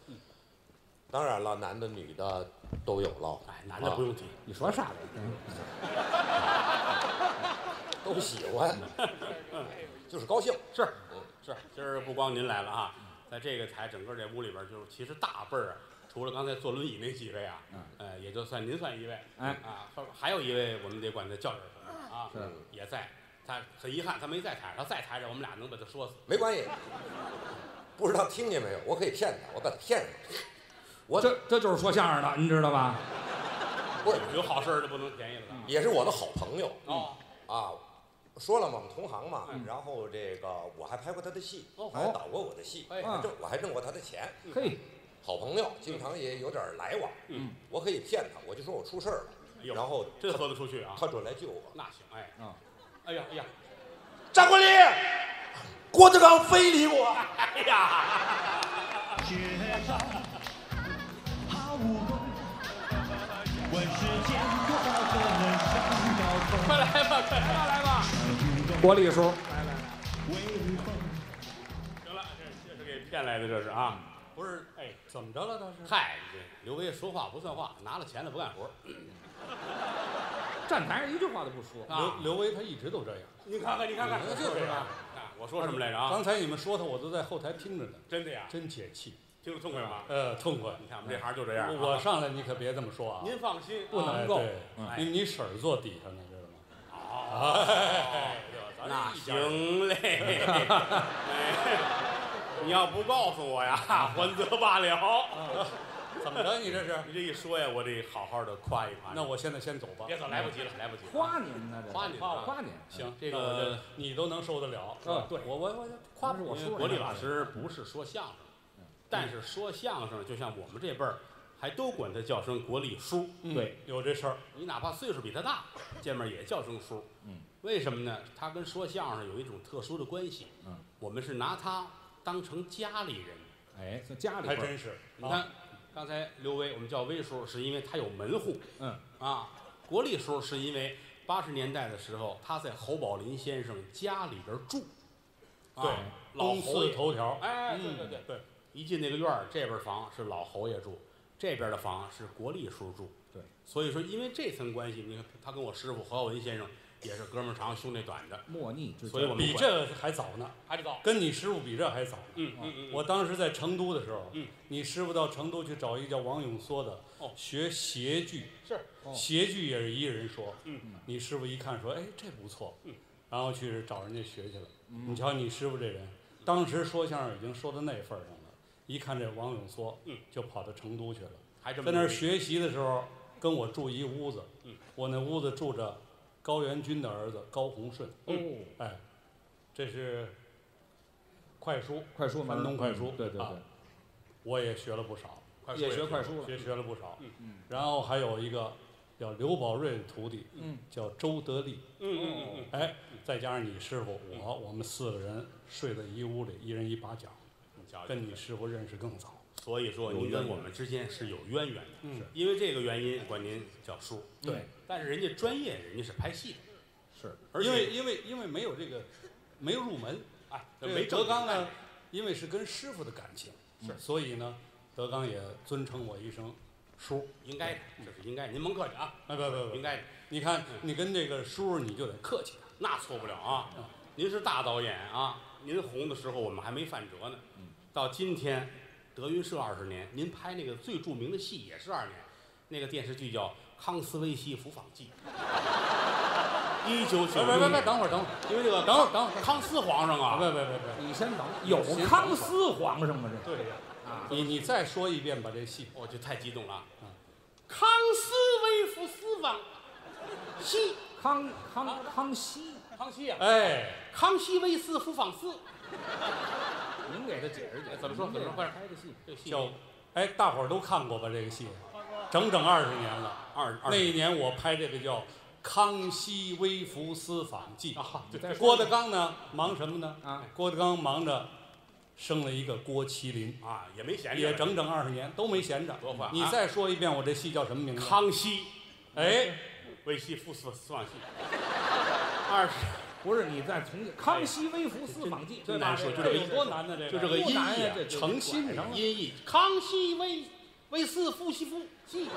C: 当然了，男的女的都有了，
A: 哎，男的不用提，
B: 你说啥来着？嗯
C: 都喜欢，就是高兴。
A: 是是，今儿不光您来了啊，在这个台整个这屋里边儿，就是其实大辈儿啊，除了刚才坐轮椅那几位啊，
C: 嗯
A: 呃，也就算您算一位，
B: 哎
A: 啊，后还有一位我们得管他叫点什么啊
B: 是，
A: 也在，他很遗憾他没在台上，他在台上我们俩能把他说死，
C: 没关系，不知道听见没有？我可以骗他，我把他骗上。我
B: 这这就是说相声的，您知道吧？
C: 不是，
A: 有好事儿就不能便宜了他
C: 也是我的好朋友
A: 哦，
C: 啊。说了嘛，我们同行嘛。然后这个我还拍过他的戏，
A: 哦
C: 还导过我的戏，
A: 哎
C: 还挣我还挣过他的钱。
B: 嘿，
C: 好朋友，经常也有点来往。
A: 嗯，
C: 我可以骗他，我就说我出事儿
A: 哎呦
C: 嗯了，然后
A: 这说得出去啊，
C: 他嗯准来救我。
A: 那行，哎，
B: 啊，
A: 哎呀哎呀，
C: 张国立，郭德纲非礼我。
A: 哎呀。
D: 学霸好武功，问世间多少个人上高峰？
A: 快来吧，快来吧，来吧！
B: 郭丽叔，
D: 威风。
A: 行了，这这是给骗来的，这是啊，不是？哎，怎么着了？倒是？嗨，这刘威说话不算话，拿了钱了不干活儿。
B: 站台上一句话都不说
A: 啊
E: 刘刘维他一直都这样。
A: 你看看，你看看，
E: 你就是啊
A: 啊！我说什么来着啊？
E: 刚才你们说他，我都在后台听着呢，
A: 真的呀，
E: 真解气。
A: 听着痛快吗？
E: 呃，痛快。
A: 你看我们这行就这样啊。
E: 我上来你可别这么说啊，
A: 您放心，
E: 不能够嗯
A: 哎对，
E: 你你婶儿坐底下呢，知道吗？
A: 哦那行 嘞。哎你要不告诉我呀，还则罢了。
E: 怎么着？你这是？
A: 你这一说呀，我得好好的夸一夸你。
E: 那我现在先走吧。
A: 别走，来不及了，来不及了。
B: 夸您呢，这
A: 夸
F: 哦
A: 您啊
B: 夸您。
E: 行，这个我
A: 呃
E: 就你都能受得了。
B: 嗯对
E: 我我我
B: 夸是我
A: 因为
B: 叔，
A: 国立老师不是说相声的，但是说相声就像我们这辈儿，还都管他叫声国立叔。
F: 嗯
B: 对，
E: 有这事儿。
A: 你哪怕岁数比他大，见面也叫声叔。
B: 嗯，
A: 为什么呢？他跟说相声有一种特殊的关系。
B: 嗯，
A: 我们是拿他当成家里人。
B: 哎，这家里
E: 还
B: 边儿
E: 真是。啊
A: 你看，刚才刘威，我们叫威叔，是因为他有门户。
B: 嗯，
A: 啊，国立叔是因为八十年代的时候，他在侯宝林先生家里边住。啊
E: 对，
F: 哎
A: 老
E: 公
A: 侯
E: 司
A: 爷
E: 头条。
A: 哎，对对对
E: 对，
A: 一进那个院儿，这边房是老侯爷住，这边的房是国立叔住。
B: 对，
A: 所以说因为这层关系，你看他跟我师傅何耀文先生也是哥们儿长兄弟短的，
B: 莫逆之交，
F: 哦
A: 所以我们
E: 比这还早呢，
A: 还知道。
E: 跟你师傅比这还早呢。
A: 嗯嗯嗯，
E: 我当时在成都的时候，
A: 嗯，
E: 你师傅到成都去找一个叫王永梭的，
A: 哦
E: 学谐剧，
A: 是
B: 哦
E: 谐剧也是一个人说，
A: 嗯，
E: 你师傅一看说，哎，这不错，
A: 嗯，
E: 然后去找人家学去了。你瞧你师傅这人，当时说相声已经说到那份儿上了，一看这王永梭，
A: 嗯，
E: 就跑到成都去了，
A: 还这么
E: 在那儿
A: 努力，
E: 学习的时候，跟我住一屋子，
A: 嗯，嗯
E: 我那屋子住着高元军的儿子高洪顺，
B: 哦，
E: 哎，这是快书，
F: 快书嘛，
E: 山东快书，
F: 嗯对对
E: 啊
F: 对，
E: 我也学了不少，快书
F: 也学快
A: 嗯
F: 书了
E: 学学了不少。然后还有一个叫刘宝瑞的徒弟，叫周德利，
A: 嗯嗯
E: 哎，再加上你师傅，我我们四个人睡在一屋里，一人一把脚，
A: 嗯，瞧瞧
E: 跟你师傅认识更早。
A: 所以说您跟我们之间是有渊源的，
E: 嗯
A: 是因为这个原因管您叫叔。
F: 对，
A: 但是人家专业，人家是拍戏的，
F: 是
A: 而且
E: 因为因为因为没有这个，没有入门，
A: 哎，
E: 这个
A: 没
E: 德
A: 纲
E: 纲呢，因为是跟师傅的感情，是，所以呢，德纲也尊称我一声叔。
A: 应该的，这是应该的。您甭客气啊，
E: 哎，不不不，
A: 应该的，
E: 你看你跟这个叔，你就得客气点。
A: 那错不了啊。
E: 嗯
A: 您是大导演啊，您红的时候我们还没犯辙呢。
E: 嗯
A: 到今天，德云社二十年，您拍那个最著名的戏也是二年，那个电视剧叫《康斯威西服纺记》， 一九九
E: 别别别别，等会儿等会儿，
A: 因为这个
E: 等会儿等会儿
A: 康斯皇上啊，
E: 别别别别，
F: 你先等，有
E: 先等
F: 康斯皇上吗？这
E: 对呀，你你再说一遍吧，这戏
A: 我就太激动了啊！
E: 嗯
A: 康斯威夫斯王西
F: 康康康熙，
A: 啊康熙啊，
E: 哎，
A: 康熙威斯服纺丝，
F: 您给他解释解释，
A: 哎怎么说
F: 您这
A: 怎么说快点
F: 拍的戏，
A: 这戏
E: 叫，哎，大伙儿都看过吧？这个戏，整整二十年了。
A: 二二
E: 那一年我拍这个叫《康熙微服私访记》
A: 啊，对
F: 再说
E: 郭德纲呢，忙什么呢？
F: 啊，
E: 郭德纲忙着生了一个郭麒麟，
A: 啊也没闲着，
E: 也整整二十年都没闲着。
A: 多坏啊
E: 你再说一遍，我这戏叫什么名字？
A: 康熙
E: 哎，
A: 威西服斯斯纺记，二十
F: 不是你再重新《康熙微服私访记》对吧？
A: 难说就哎这
E: 这
A: 个
E: 有多难呢？这个
A: 就这个音
F: 不难
A: 译
F: 呀
A: 啊，
F: 这这
E: 诚信上了
A: 音译康熙威威斯夫西夫记，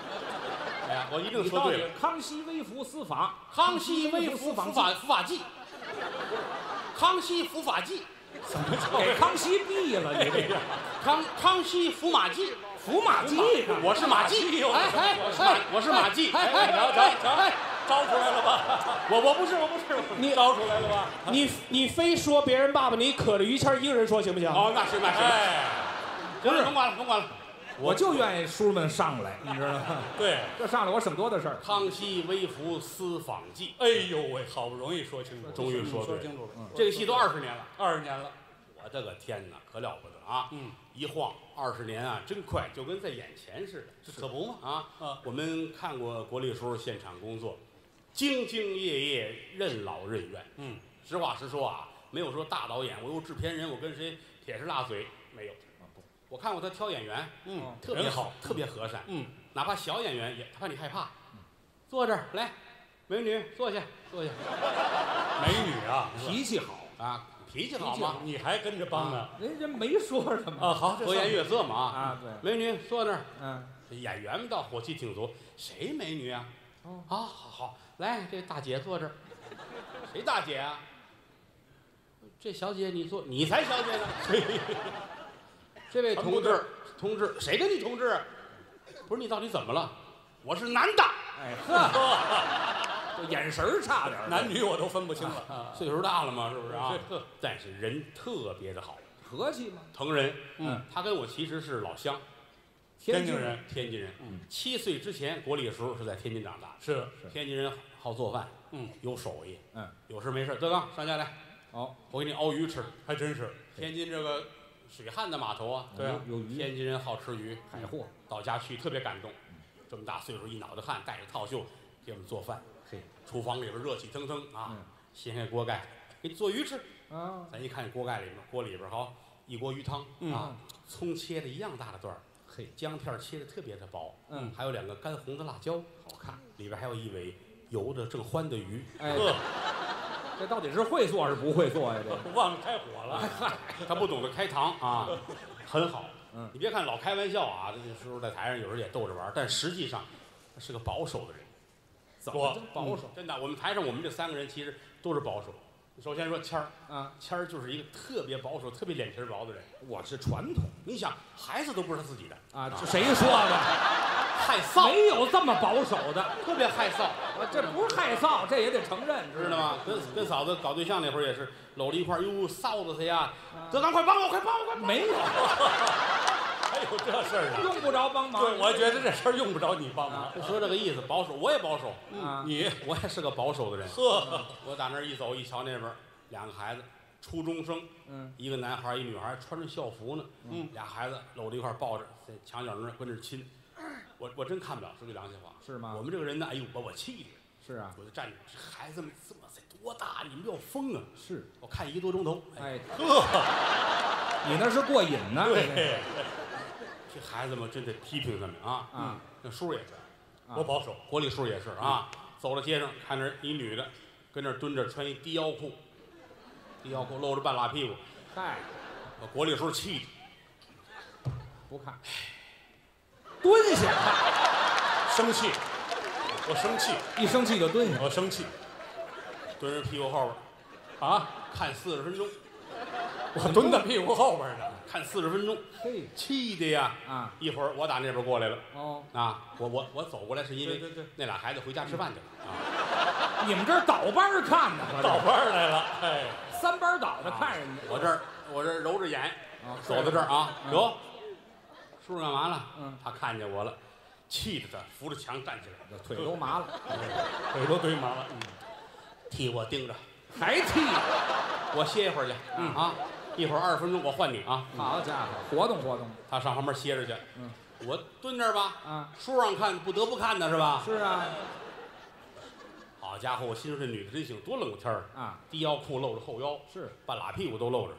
A: 哎呀，我一定
F: 你
A: 说
F: 到
A: 对
F: 底
A: 了，
F: 康熙微服私访，
A: 康熙威
F: 服
A: 服
F: 私
A: 服
F: 访
A: 法服法记，康熙服法记，
F: 给康熙毙了， 你这
A: 康康熙服马记。
F: 服马记，
A: 我是马季，哎哎，我是马，我是马季，哎哎，哎
E: 瞧瞧瞧，招出来了吧？
A: 我我不是我不是，
G: 你
E: 招出来了吧？
G: 你你非说别人爸爸，你可着于谦儿一个人说行不行？
A: 哦，那是那是，
E: 哎，
A: 行了，甭管了甭管了。
F: 我就愿意叔们上来，你知道吗？
E: 对，
F: 这上来我省多大事儿。
A: 康熙微服私访记，
E: 哎呦喂，好不容易说清楚了，
A: 终于说对
E: 说
A: 了
E: 清楚了，
A: 这个戏都二十年了，
E: 二十年了。
A: 我的个天哪，可了不得啊！
E: 嗯，
A: 一晃二十年啊，真快，就跟在眼前似的，这可不嘛啊
E: 啊！
A: 我们看过国立叔现场工作，兢兢业业，任劳任怨。
E: 嗯，
A: 实话实说啊，没有说大导演，我有制片人，我跟谁铁是辣嘴没有。我看过他挑演员，
E: 啊嗯，
A: 特别
E: 人好，
A: 特别和善。
E: 嗯，
A: 哪怕小演员也，他怕你害怕，坐这儿来，美女坐下，坐下
E: 美女啊，
F: 脾气好，
A: 啊，脾气好吗？
E: 你还跟着帮呢？
F: 人家没说什么
E: 啊，好，这
A: 和颜
E: 算
A: 悦色嘛
F: 啊，对，
A: 美女坐那儿，
F: 嗯，
A: 演员们倒火气挺足。谁美女啊？啊，好好，来，这大姐坐这儿。谁大姐啊？这小姐你坐，你才小姐呢。这位同志， 同志，谁跟你同志？啊不是你到底怎么了？我是男的，
F: 哎呵，这眼神儿差点儿，
E: 男女我都分不清了。
A: 岁数大了嘛，是不啊是啊？但是人特别的好，
F: 和气吗？
A: 疼人。
E: 嗯，
A: 他跟我其实是老乡，
E: 天津人
A: 天津人。嗯，七岁之前，国立时候是在天津长大的。
E: 是
A: 天津人好做饭，
E: 嗯，
A: 有手艺，
F: 嗯，
A: 有事没事，德刚上家来，
F: 哦，
A: 我给你熬鱼吃。
E: 还真是，
A: 天津这个水旱的码头啊，
E: 对啊
F: 有有鱼
A: 天津人好吃鱼，
F: 海货，
A: 到家去特别感动，这么大岁数一脑袋汗，带着套袖给我们做饭，
F: 嘿，
A: 厨房里边热气腾腾啊
F: 嗯，
A: 掀开锅盖给你做鱼吃，
F: 啊，
A: 咱一看锅盖里面锅里边好一锅鱼汤
B: 嗯
E: 嗯
A: 啊，葱切的一样大的段儿，
F: 嘿，
A: 姜片切的特别的薄，
F: 嗯
A: 还有两个干红的辣椒，好看，里边还有一尾游着正欢的鱼，
F: 哎
A: 呵
F: 这到底是会做还是不会做呀？这个
E: 忘了开火了。
A: 哎他不懂得开膛 啊，很好。
F: 嗯
A: 你别看老开玩笑啊，这有时候在台上有时候也逗着玩儿，但实际上他是个保守的人。
F: 怎
A: 我嗯
F: 么着保守？
A: 真的，我们台上我们这三个人其实都是保守。首先说谦儿，
F: 啊？
A: 谦儿就是一个特别保守、特别脸皮儿薄的人。
F: 我是传统
A: 你想，孩子都不是他自己的，
F: 啊，这谁说的？
A: 害臊，
F: 没有这么保守的，
A: 特别害臊，
F: 啊这不是害臊，这也得承认，
A: 知
F: 知道
A: 道
F: 吗？
A: 吗？跟跟嫂子搞对象那会儿也是搂了一块儿，哟，臊的他呀！德刚，快帮我，快帮我，快帮我！
F: 没有，
E: 还
A: 哎
E: 有这事儿
A: 啊
E: 呢？
F: 用不着帮忙。
E: 对，我觉得这事儿用不着你帮忙。
A: 就说这个意思，保守，我也保守。嗯
F: 啊，
E: 你
A: 我也是个保守的人。嗯
E: 呵，
A: 我打那儿一走一瞧那边儿两个孩子，初中生，
B: 嗯，
A: 一个男孩儿一女孩儿，穿着校服呢，嗯，俩孩子搂着一块儿抱着，在墙角那儿跟着亲，我我真看不了，说句良心话，
B: 是吗
A: 我们这个人呢，哎呦，把我气的，
B: 是啊，
A: 我就站着，这孩子们这么才多大，你们要疯啊！
B: 是，
A: 我看一个多钟头，
B: 哎，
A: 呵，
B: 你那是过瘾呢，
A: 对，这孩子们真得批评他们啊！
E: 嗯
B: 啊，
A: 那叔也是，
E: 啊
A: 我保守，国里叔也是啊。走到街上，看着一女的跟那儿蹲着，穿一低腰裤，低腰
E: 嗯
A: 裤露着半拉屁股，
B: 嗨，
A: 把国里叔气的。
B: 不看，蹲下看，
A: 生气，我生气，
B: 一生气就蹲下，
A: 我生气，蹲人屁股后边儿，啊，看四十分钟，哎
E: 我蹲在屁股后边呢。
A: 看四十分钟，
B: 嘿，
A: 气的呀！
B: 啊，
A: 一会儿我打那边过来了，
B: 哦，
A: 啊，我我我走过来是因为
E: 对对对
A: 那俩孩子回家吃饭去了，啊，
B: 你们这儿倒班儿看呢，合着
E: 倒班儿来了，哎，
B: 三班倒着看人家，
A: 我这儿我这儿揉着眼，
B: 啊
A: 走到这儿啊，
B: 嗯
A: 得，叔叔干嘛了？
B: 嗯
A: 他看见我了，气得他扶着墙站起来，嗯
B: 这腿都麻了，
E: 腿都堆麻了。嗯
A: 替我盯着，
B: 还踢，
A: 我歇一会儿去，嗯啊，一会儿二十分钟我换你啊，
B: 好家伙，活动活动，
A: 他上旁边歇着去，
B: 嗯，
A: 我蹲那儿吧，
B: 啊，
A: 书上看不得不看的是吧？
B: 是啊，
A: 好家伙，我心说这女的真行，多冷天儿
B: 啊，
A: 低腰裤露着后腰，
B: 是
A: 半拉屁股都露着，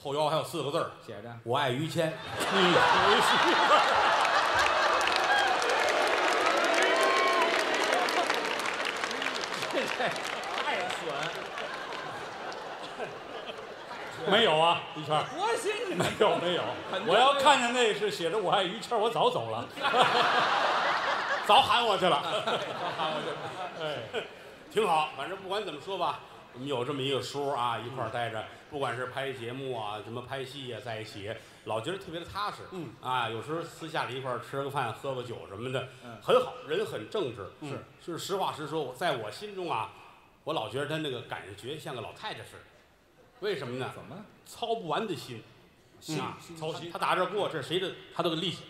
A: 后腰还有四个字儿，
B: 写着，
A: 我爱于谦。
B: 哎太损，
E: 没有啊，于谦儿，
B: 多新
E: 没
B: 鲜，
E: 有没有
B: 很，多
E: 我要看见那是写着我爱于谦儿，我早走了，
A: 早喊我去了，
E: 哎，
A: 挺好。反正不管怎么说吧，我们有这么一个叔啊，一块儿待着，不管是拍节目啊，什么拍戏呀、在一起老觉得特别的踏实。
E: 嗯
A: 啊，有时候私下里一块儿吃个饭、喝个酒什么的，很好，人很正直。
E: 嗯
A: 是，是实话实说。我在我心中啊，我老觉得他那个感觉像个老太太似的，为什么呢？
B: 怎么
A: 操不完的心，
E: 嗯
A: 啊，
E: 操心
A: 他打这儿过，这是谁的，他都给立起。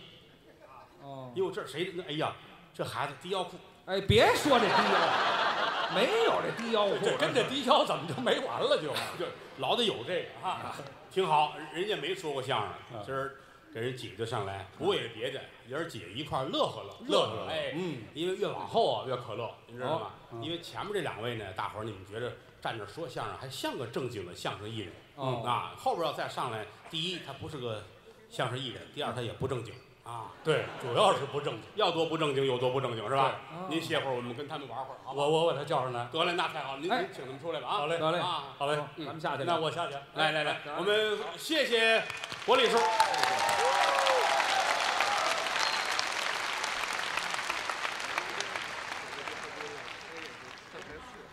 B: 哦，
A: 哟，这是谁的？哎呀，这孩子低腰裤。
B: 哎，别说这低腰，没有这低腰裤，
E: 这跟这低消怎么就没完了就？
A: 就老得有这个啊，挺好。人家没说过相
E: 啊
A: 声，今儿给人挤兑上来，不为别的，爷儿姐一块儿乐呵乐，
E: 乐呵乐
A: 哎，
E: 嗯，哦
A: 因为越往后啊越可乐，你知道吗？因为前面这两位呢，大伙儿你们觉着站着说相声还像个正经的相声艺人，
B: 哦
A: 啊，后边要再上来，第一他不是个相声艺人，第二他也不正经啊，
E: 对，主要是不正经。
A: 要多不正经有多不正经是吧
B: 对哦？
A: 您歇会儿，我们跟他们玩会儿，好吧？
E: 我我把他叫上来，
A: 啊得嘞，那太好，了，您
B: 哎
A: 您请他们出来吧啊！
E: 好嘞
B: 得嘞
A: 啊。
E: 好嘞，
B: 咱们下去聊
E: 那我下去。
A: 来来来，啊哎我们谢谢国礼叔。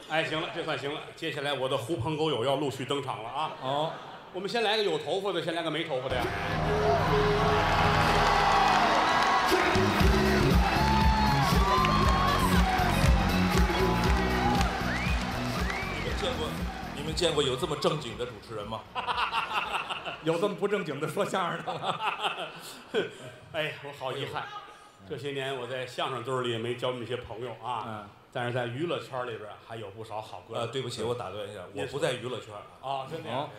A: 哎，行了，这算行了。接下来我的狐朋狗友要陆续登场了啊！
B: 哦，
A: 我们先来个有头发的，先来个没头发的呀。
C: 你们见过你们见过有这么正经的主持人吗？
B: 有这么不正经的说相声的吗？
A: 哎呀，我好遗憾，这些年我在相声堆儿里也没交那么些朋友啊
B: 嗯。
A: 但是在娱乐圈里边还有不少好哥们
C: 呃，
A: 儿。
C: 对不起，我打断一下，我不在娱乐圈啊，
A: 啊，真的呀。啊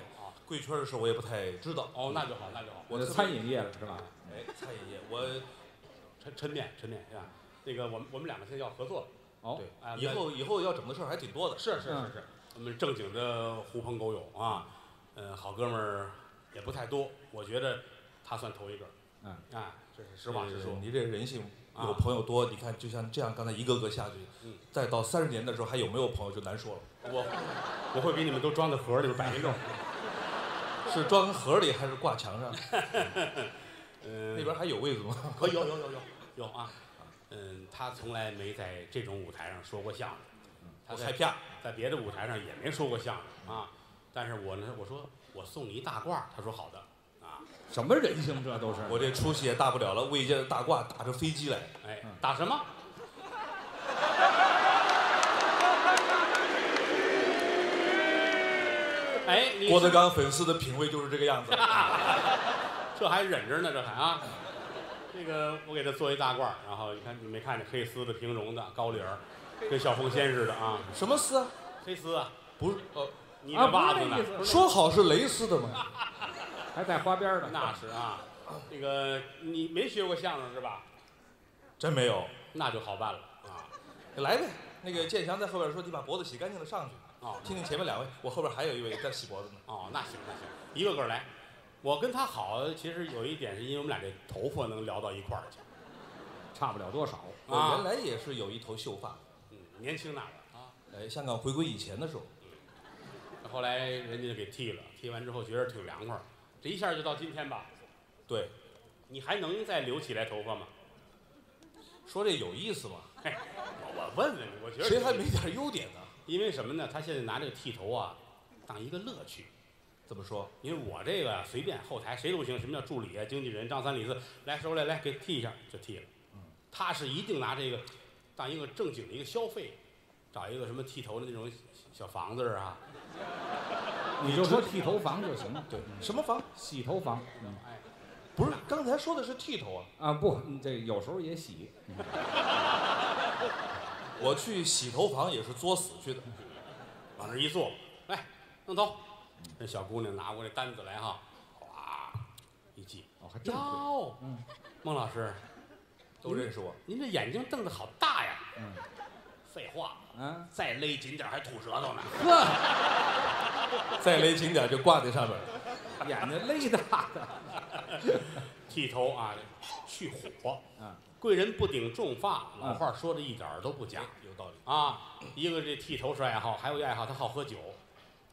C: 贵圈的事我也不太知道。
A: 哦，那就好，那就好。
C: 我
B: 我
C: 特别
B: 餐饮业了是吧？
C: 哎，餐饮业，我
A: 抻抻面，抻面是吧？那个我们我们两个现在要合作了，
B: 哦
C: 啊对，
A: 哎
C: 以后以后要整的事儿还挺多的。
A: 是是
B: 嗯
A: 是是，我们正经的狐朋狗友啊，嗯，好哥们儿也不太多，我觉得他算头一个，
B: 嗯，
A: 哎，这是实话实说
C: 对，你这人性
A: 啊
C: 有朋友多，你看就像这样，刚才一个个下去
A: 嗯，
C: 再到三十年的时候还有没有朋友就难说了。
A: 我我会给你们都装在盒里边摆一溜儿，
C: 是装盒里还是挂墙上？
A: 嗯，
C: 那边还 有位子吗？
A: 可有有有有有啊，嗯，他从来没在这种舞台上说过相声，他
C: 我
A: 在
E: 哎
C: 害怕。
A: 在别的舞台上也没说过相声啊，但是我呢，我说我送你一大褂儿，他说好的，啊，
B: 什么人性这都是？
C: 我这出息也大不了了，卫家的大褂打着飞机来，
A: 哎，打什么？哎，你
C: 郭德纲粉丝的品味就是这个样子。
A: 这还忍着呢，这还啊？这个我给他做一大褂儿，然后你看你没看见黑丝的、平绒的、高领儿，跟小凤仙似的啊，
C: 什么丝啊？
A: 黑丝啊，
E: 哦
C: 不是，呃，
A: 你的袜子
H: 啊
A: 呢？
H: 不是那意思
E: 呃说好是蕾丝的吗？
B: 还带花边的，
A: 那是啊，那个你没学过相声是吧？
E: 真没有，
A: 那就好办了啊。
E: 你来呗。那个建强在后边说：“你把脖子洗干净了上去。”
A: 哦
E: 听听前面两位，我后边还有一位在洗脖子呢。
A: 哦，那行那行，一个个来。我跟他好，其实有一点是因为我们俩这头发能聊到一块儿去。
B: 差不了多少。
E: 我
A: 啊
E: 原来也是有一头秀发，
A: 嗯，年轻那会儿啊，
E: 呃，香港回归以前的时候，
A: 后来人家就给剃了，剃完之后觉得挺凉快儿，这一下就到今天吧。
E: 对，
A: 你还能再留起来头发吗？
E: 说这有意思吗？
A: 我问问你，我觉得
E: 谁还没点优点呢？
A: 因为什么呢？他现在拿这个剃头啊，当一个乐趣。
E: 怎么说？
A: 因为我这个啊随便后台谁都行，什么叫助理啊、经纪人、张三李四，来收来来给剃一下就剃了。
B: 嗯
A: 他是一定拿这个当一个正经的一个消费，找一个什么剃头的那种小房子啊，
B: 你就说剃头房就行了，
E: 对，什么房？
B: 洗头房。嗯
E: 不是，刚才说的是剃头啊。
B: 啊不，你这有时候也洗。
E: 我去洗头房也是作死去的，
A: 往那儿一坐，来弄头。
B: 嗯
A: 那小姑娘拿过这单子来哈，哗一记，
B: 哦，还真会。
A: 哟，
B: 嗯
A: 孟老师，
E: 都认识我。
A: 您这眼睛瞪得好大呀！
B: 嗯
A: 废话，
B: 啊，
A: 再勒紧点儿还吐舌头呢。
B: 呵，嗯
E: 再勒紧点就挂在上面了。
B: 眼睛勒大的。
A: 剃头啊，去火。
B: 嗯，
A: 贵人不顶重发，老话说的一点儿都不
B: 哎
A: 假。
E: 有道理，
A: 啊，一个这剃头是爱好，还有一爱好他好喝酒。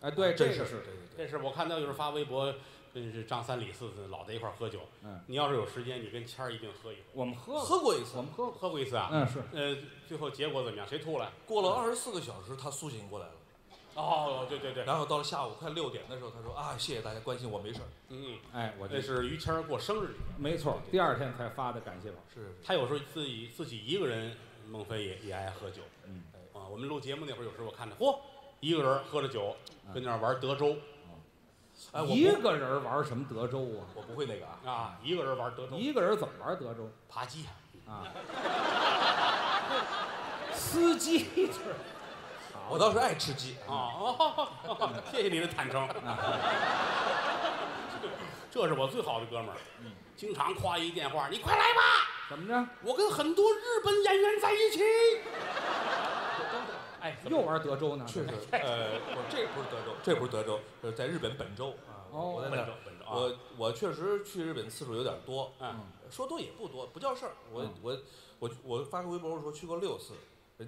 B: 哎，对，
E: 真
B: 这个
E: 是
B: 是
E: 对对对。
A: 这是我看到有人发微博，真是张三李四老在一块儿喝酒。
B: 嗯，
A: 你要是有时间，你跟谦儿一定喝一回。
B: 我们喝过
E: 喝过一次
B: 我，们喝过。
A: 喝过一次啊？
B: 嗯，是
A: 呃，最后结果怎么样？谁吐了？
E: 过了二十四个小时，他苏醒过来了。
A: 哦，对对对，
E: 然后到了下午快六点的时候，他说啊，谢谢大家关心我，没事儿。
A: 嗯，
B: 哎，我
A: 那
B: 这
A: 是于谦儿过生日，
B: 没错，第二天才发的感谢榜。
E: 是是
A: 他有时候自己自己一个人，孟非也也爱喝酒。
B: 嗯，
A: 啊，我们录节目那会儿，有时候我看他，嚯，一个人喝着酒，
B: 嗯
A: 跟那儿玩德州
E: 是，哎，我
B: 一
E: 不
B: 个人玩什么德州啊？
E: 我不会那个啊，
A: 啊，一个人玩德州，
B: 一个人怎么玩德州
A: 扒鸡。
B: 啊？司机是
E: 我倒是爱吃鸡。
A: 啊哦， 谢谢你的坦诚，这是我最好的哥们儿，经常夸一电话，你快来吧，
B: 怎么着？
A: 我跟很多日本演员在一起。哎，怎么
B: 又玩德州呢？
E: 确实，呃，我这不是德州，这不是德州，呃，在日本本州啊。
B: 哦
E: 我在那
A: 本
E: 儿
A: 州本州啊，
E: 我我确实去日本次数有点多，
A: 嗯，
E: 说多也不多，不叫事儿。我我我我发个微博说去过六次，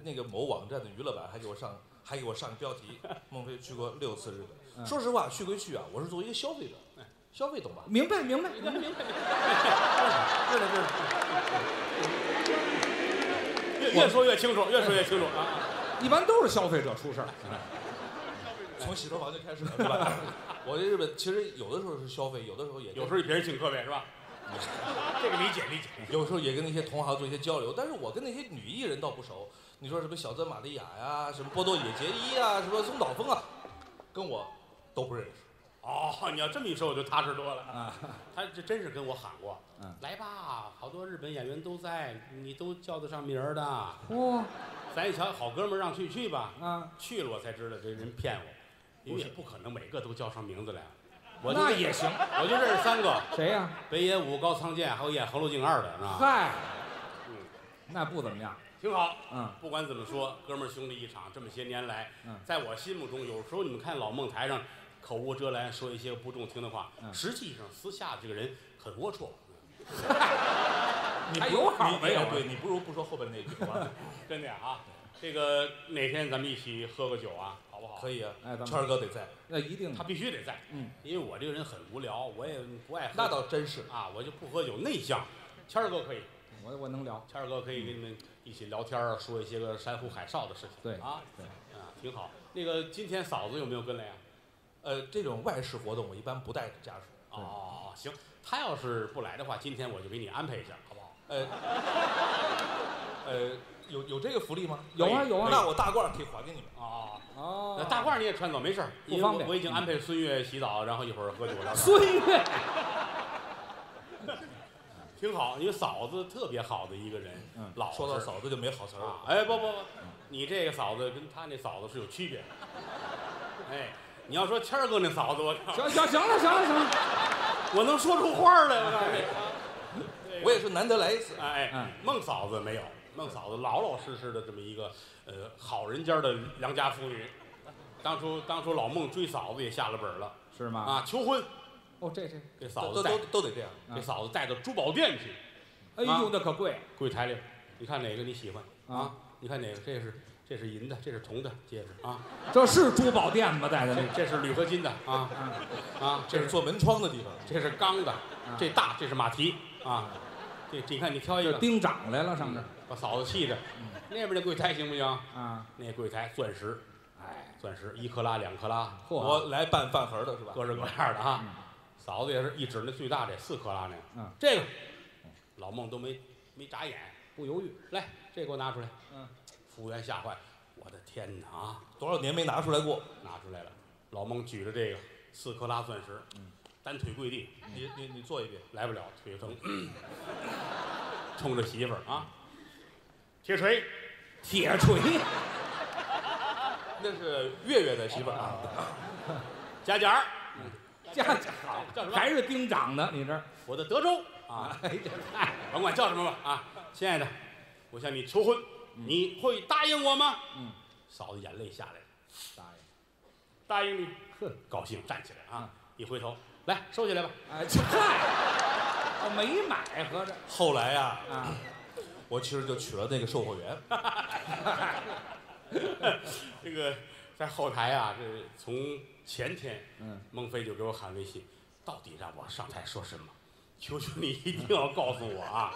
E: 那个某网站的娱乐版还给我上还给我上标题，孟非去过六次日
A: 嗯
E: 本。说实话，去归去啊，我是作为一个消费者，
A: 哎
E: 消费懂吧？
B: 明白明白，
A: 嗯越越说越清楚，越说越清楚啊。
B: 一般都是消费者出事儿。
E: 从洗头房就开始了，是吧？ 我在日本其实有的时候是消费，有的时候也
A: 有时候别人请客呗，是吧？ 这个理解理解。
E: 有时候也跟那些同行做一些交流，但是我跟那些女艺人倒不熟。你说什么小泽玛利亚呀、什么波多野结衣啊，什么松岛枫啊，跟我都不认识。
A: 哦，你要这么一说，我就踏实多了啊。嗯他这真是跟我喊过，来吧，好多日本演员都在，你都叫得上名儿的。
B: 哇
A: 咱一瞧，好哥们儿让去去吧，
B: 啊，
A: 去了我才知道这人骗我，因为也不可能每个都叫上名字来。我就
B: 那也行。
A: 我就认识三个，
B: 谁呀？
A: 北野武、高仓健，还有演《河路镜二》的，是吧？
B: 嗨，那不怎么样。
A: 挺好。
B: 嗯，
A: 不管怎么说，哥们儿兄弟一场，这么些年来，
B: 嗯
A: 在我心目中，有时候你们看老孟台上口无遮拦，说一些不中听的话，
B: 嗯
A: 实际上私下这个人很龌龊。
E: 你
B: 还
E: 不
B: 有好
E: 你哎
B: 没有啊
E: 对你不如不说后边那句完了。
A: 真的呀啊，这个哪天咱们一起喝个酒啊，好不好？
E: 可以啊，
B: 哎咱们
E: 谦儿哥得在，
B: 那一定
A: 他
B: 的。
A: 必须得在，
B: 嗯，
A: 因为我这个人很无聊，我也不爱喝
E: 那倒真是。
A: 啊，我就不喝酒，内向。谦儿哥可以，
B: 我我能聊。
A: 谦儿哥可以跟你们一起聊天儿，说一些个山呼海啸的事情。
B: 对
A: 啊，
B: 对
A: 啊，挺好。那个今天嫂子有没有跟来呀、啊
E: 呃，这种外事活动我一般不带着家属。
A: 哦，行，她要是不来的话，今天我就给你安排一下，好不好？
E: 呃，呃，有有这个福利吗？
B: 有啊有啊
E: 那我大褂可以还给你们。
A: 哦，那
B: 哦，
A: 大褂儿你也穿走，没事儿，
B: 不
A: 因为
B: 方
A: 我
B: 便
A: 我已经安排孙悦洗澡，然后一会儿喝酒聊天儿，
B: 孙悦，
A: 挺好。因为嫂子特别好的一个人，
B: 嗯
A: 老
E: 说到
A: 实
E: 嫂子就没好词儿
A: 啊
E: 了。，
A: 哎，不不不，你这个嫂子跟她那嫂子是有区别的。哎，你要说谦儿哥那嫂子，我操，
B: 行行行了行了行了，
A: 我能说出花儿来，我告诉你。
F: 我也是难得来一次。
A: 哎，孟嫂子没有，孟嫂子老老实实的这么一个呃好人家的良家妇女。当初当初老孟追嫂子也下了本了
B: 是吗？
A: 啊，求婚
B: 哦，这这，
A: 给嫂
F: 都都
A: 子带
F: 都得这样，
A: 给嫂子带到珠宝店去，
B: 哎呦，那可贵
A: 柜台里，你看哪个你喜欢
B: 啊！
A: 你看哪个？这是这是银的，这是铜的戒指啊，
B: 这是珠宝店吗？带的那
A: 这
B: 个
A: 这是铝合金的啊啊，这
F: 这是
A: 是
F: 做门窗的地方。
A: 这是钢的，这大这是马蹄啊，这这你看你挑一个，嗯
B: 丁长来了上这儿
A: 把嫂子气的，那边那柜台行不行？
B: 啊，
A: 那柜台钻石，
B: 哎，
A: 钻石一克拉两克拉，
B: 嚯
F: 我来拌饭盒的是吧？嗯
A: 各式各样的啊。嫂子也是一指那最大的四克拉那个，
B: 嗯
A: 这个老孟都没没眨眼，
B: 不犹豫，
A: 来，这给我拿出来。
B: 嗯，
A: 服务员吓坏了，我的天哪啊！
F: 多少年没拿出来过？
A: 拿出来了，老孟举着这个四克拉钻石，单腿跪地，
F: 嗯你你你做一遍，
A: 来不了，腿疼， 冲着媳妇儿啊，铁锤，
B: 铁锤，
F: 那是月月的媳妇儿 啊。
A: 夹角儿，
B: 家好，
A: 叫什么？
B: 还是丁长的，你这儿
A: 我的 德州啊，哎，甭管叫什么吧啊，亲爱的，我向你求婚，
F: 嗯
A: 你会答应我吗？
B: 嗯，
A: 嫂子眼泪下来了，
B: 大爷，
A: 答应你，
B: 呵，
A: 高兴站起来
F: 嗯
A: 啊，一回头，来收起来吧，
B: 哎，这嗨，我没买，合着
F: 后来呀，
B: 啊，
F: 我其实就娶了那个售货员，
A: 这个在后台啊，这从前天，
B: 嗯，
A: 孟非就给我喊微信，到底让我上台说什么？求求你一定要告诉我啊！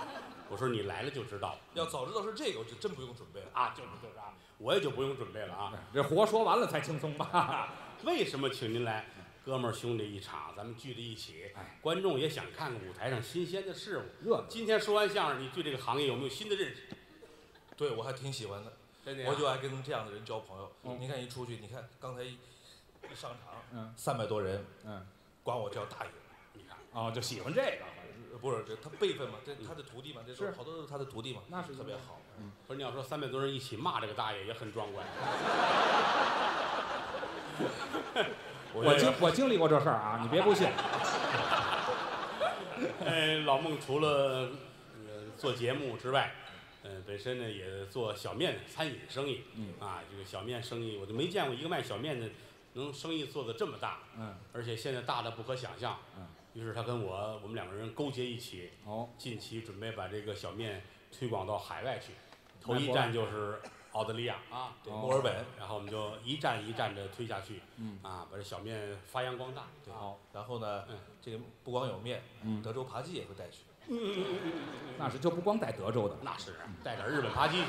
A: 我说你来了就知道了
F: 要早知道是这个，我就真不用准备了。
A: 啊，就是就是啊，我也就不用准备了啊。
B: 这活说完了才轻松吧？
A: 为什么请您来？哥们儿兄弟一场，咱们聚在一起
B: 哎，
A: 观众也想看看舞台上新鲜的事物。
B: 热闹
A: 今天说完相声，你对这个行业有没有新的认识？
F: 对我还挺喜欢的，
A: 真的呀
F: 我就爱跟这样的人交朋友。你看一出去，你看刚才一一上
B: 嗯
F: 场，三百多人，
B: 嗯，
F: 管我叫大爷。
A: 你看，
B: 哦，就喜欢这个，
F: 呃不是，这他辈分嘛，这他的徒弟嘛，这都
B: 是
F: 好多都是他的徒弟嘛，
B: 那是
F: 特别
B: 应该
F: 好。
A: 不是你要说三百多人一起骂这个大爷也很壮观。
B: 我经我经历过这事儿啊，你别不信，
A: 呃，老孟除了呃做节目之外，呃，本身呢也做小面餐饮生意。嗯啊，这个小面生意我就没见过一个卖小面的能生意做得这么大，
B: 嗯，
A: 而且现在大的不可想象。
B: 嗯，
A: 于是他跟我我们两个人勾结一起，
B: 哦，
A: 近期准备把这个小面推广到海外去，头
B: 外
A: 一
B: 国
A: 站就是澳大利亚啊，
F: 对，
B: 哦
F: 墨尔本，
A: 然后我们就一站一站的推下去，嗯啊，把这小面发扬光大。对，
B: 好，
F: 然后呢
A: 嗯，
F: 这个不光有面，德州扒鸡也会带去。
B: 那是就不光带德州的，
A: 那是带点日本扒鸡去。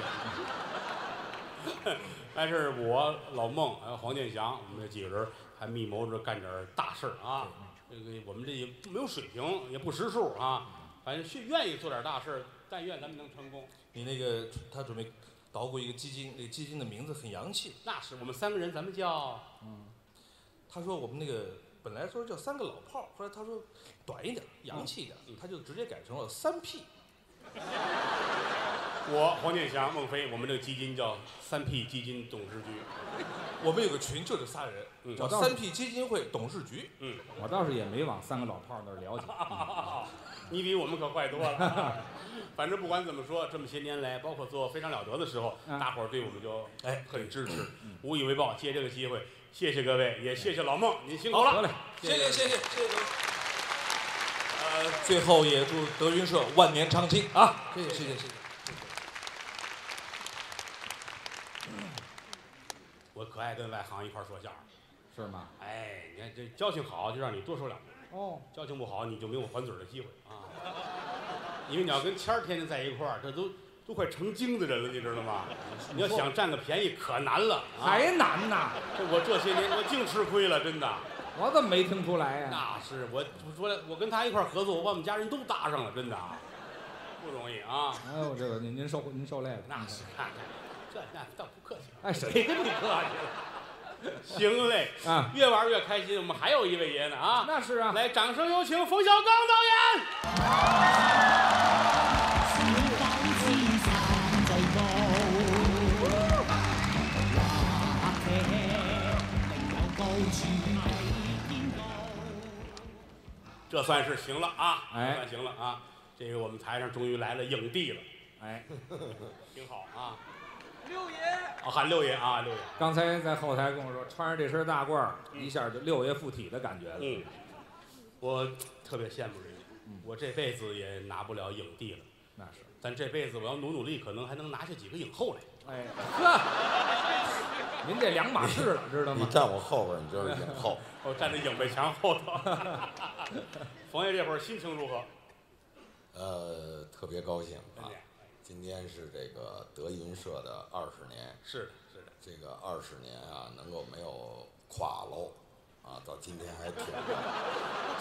A: 但是我老孟还有黄健翔，我们这几个人还密谋着干点大事儿啊。这个我们这也没有水平，也不识数啊，反正去愿意做点大事儿，但愿咱们能成功。
F: 你那个他准备捣鼓一个基金，那个基金的名字很洋气。
A: 那是我们三个人，咱们叫
F: 他说我们那个本来说叫三个老炮儿，后来他说短一点，洋气一点，他就直接改成了三 P。
A: 我黄健翔、孟非，我们这个基金叫三 P 基金董事局。
F: 我们有个群就这仨人，叫
B: 我倒是
F: 三 P 基金会董事局。
B: 我倒是也没往三个老炮儿那儿了解，
A: 你比我们可快多 了。反正不管怎么说，这么些年来，包括做《非常了得》的时候，
B: 嗯
A: 大伙儿对我们就
F: 哎
A: 很支持，无以为报。借这个机会，谢谢各位，也谢谢老孟，您辛苦了。
B: 得嘞，
F: 谢谢谢谢谢谢各位。呃，最后也祝德云社万年长青啊！谢谢谢谢谢谢。
A: 我可爱跟外行一块儿说相声。
B: 是吗？
A: 哎，你看这交情好，就让你多说两句；
B: 哦，
A: 交情不好，你就没有还嘴儿的机会啊。 因为你要跟谦儿天天在一块儿，这都都快成精的人了，你知道吗？你要想占个便宜可难了啊！
B: 还难呐，
A: 这我这些年我净吃亏了，真的。
B: 我怎么没听出来呀？
A: 那是我我说了，我跟他一块儿合作，我把我们家人都搭上了，真的啊，不容易啊。
B: 哎呦，这个您您受您受累了，
A: 那是看看，这那倒不客 气，
B: 哎，谁跟你客
A: 行嘞，
B: 气啊？
A: 越玩越开心。我们还有一位爷呢啊，
B: 那是啊，
A: 来，掌声有请冯小刚导演。
D: 有高處。
A: 这算是行了啊，
I: 哎
A: 这算行了啊。这个我们台上终于来了影帝了，
I: 哎，
A: 挺好啊。六爷，啊喊六爷啊，六爷，
I: 刚才在后台跟我说，穿上这身大褂儿，一下就六爷附体的感觉了。
A: 嗯，我特别羡慕人家，我这辈子也拿不了影帝了，
I: 那是，
A: 但这辈子我要努努力，可能还能拿下几个影后来。
I: 哎，呵，您这两码事了，知道
C: 你
I: 吗？
C: 站我后边，你就是影后。
A: 我站在影背墙后头。 冯爷这会儿心情如
C: 啊
A: 何？
C: 呃，特别高兴
A: 真
C: 啊
A: 的！
C: 今天是这个德云社的二十年，
A: 是的，是的，
C: 这个二十年啊，能够没有垮喽，啊，到今天还 挺着，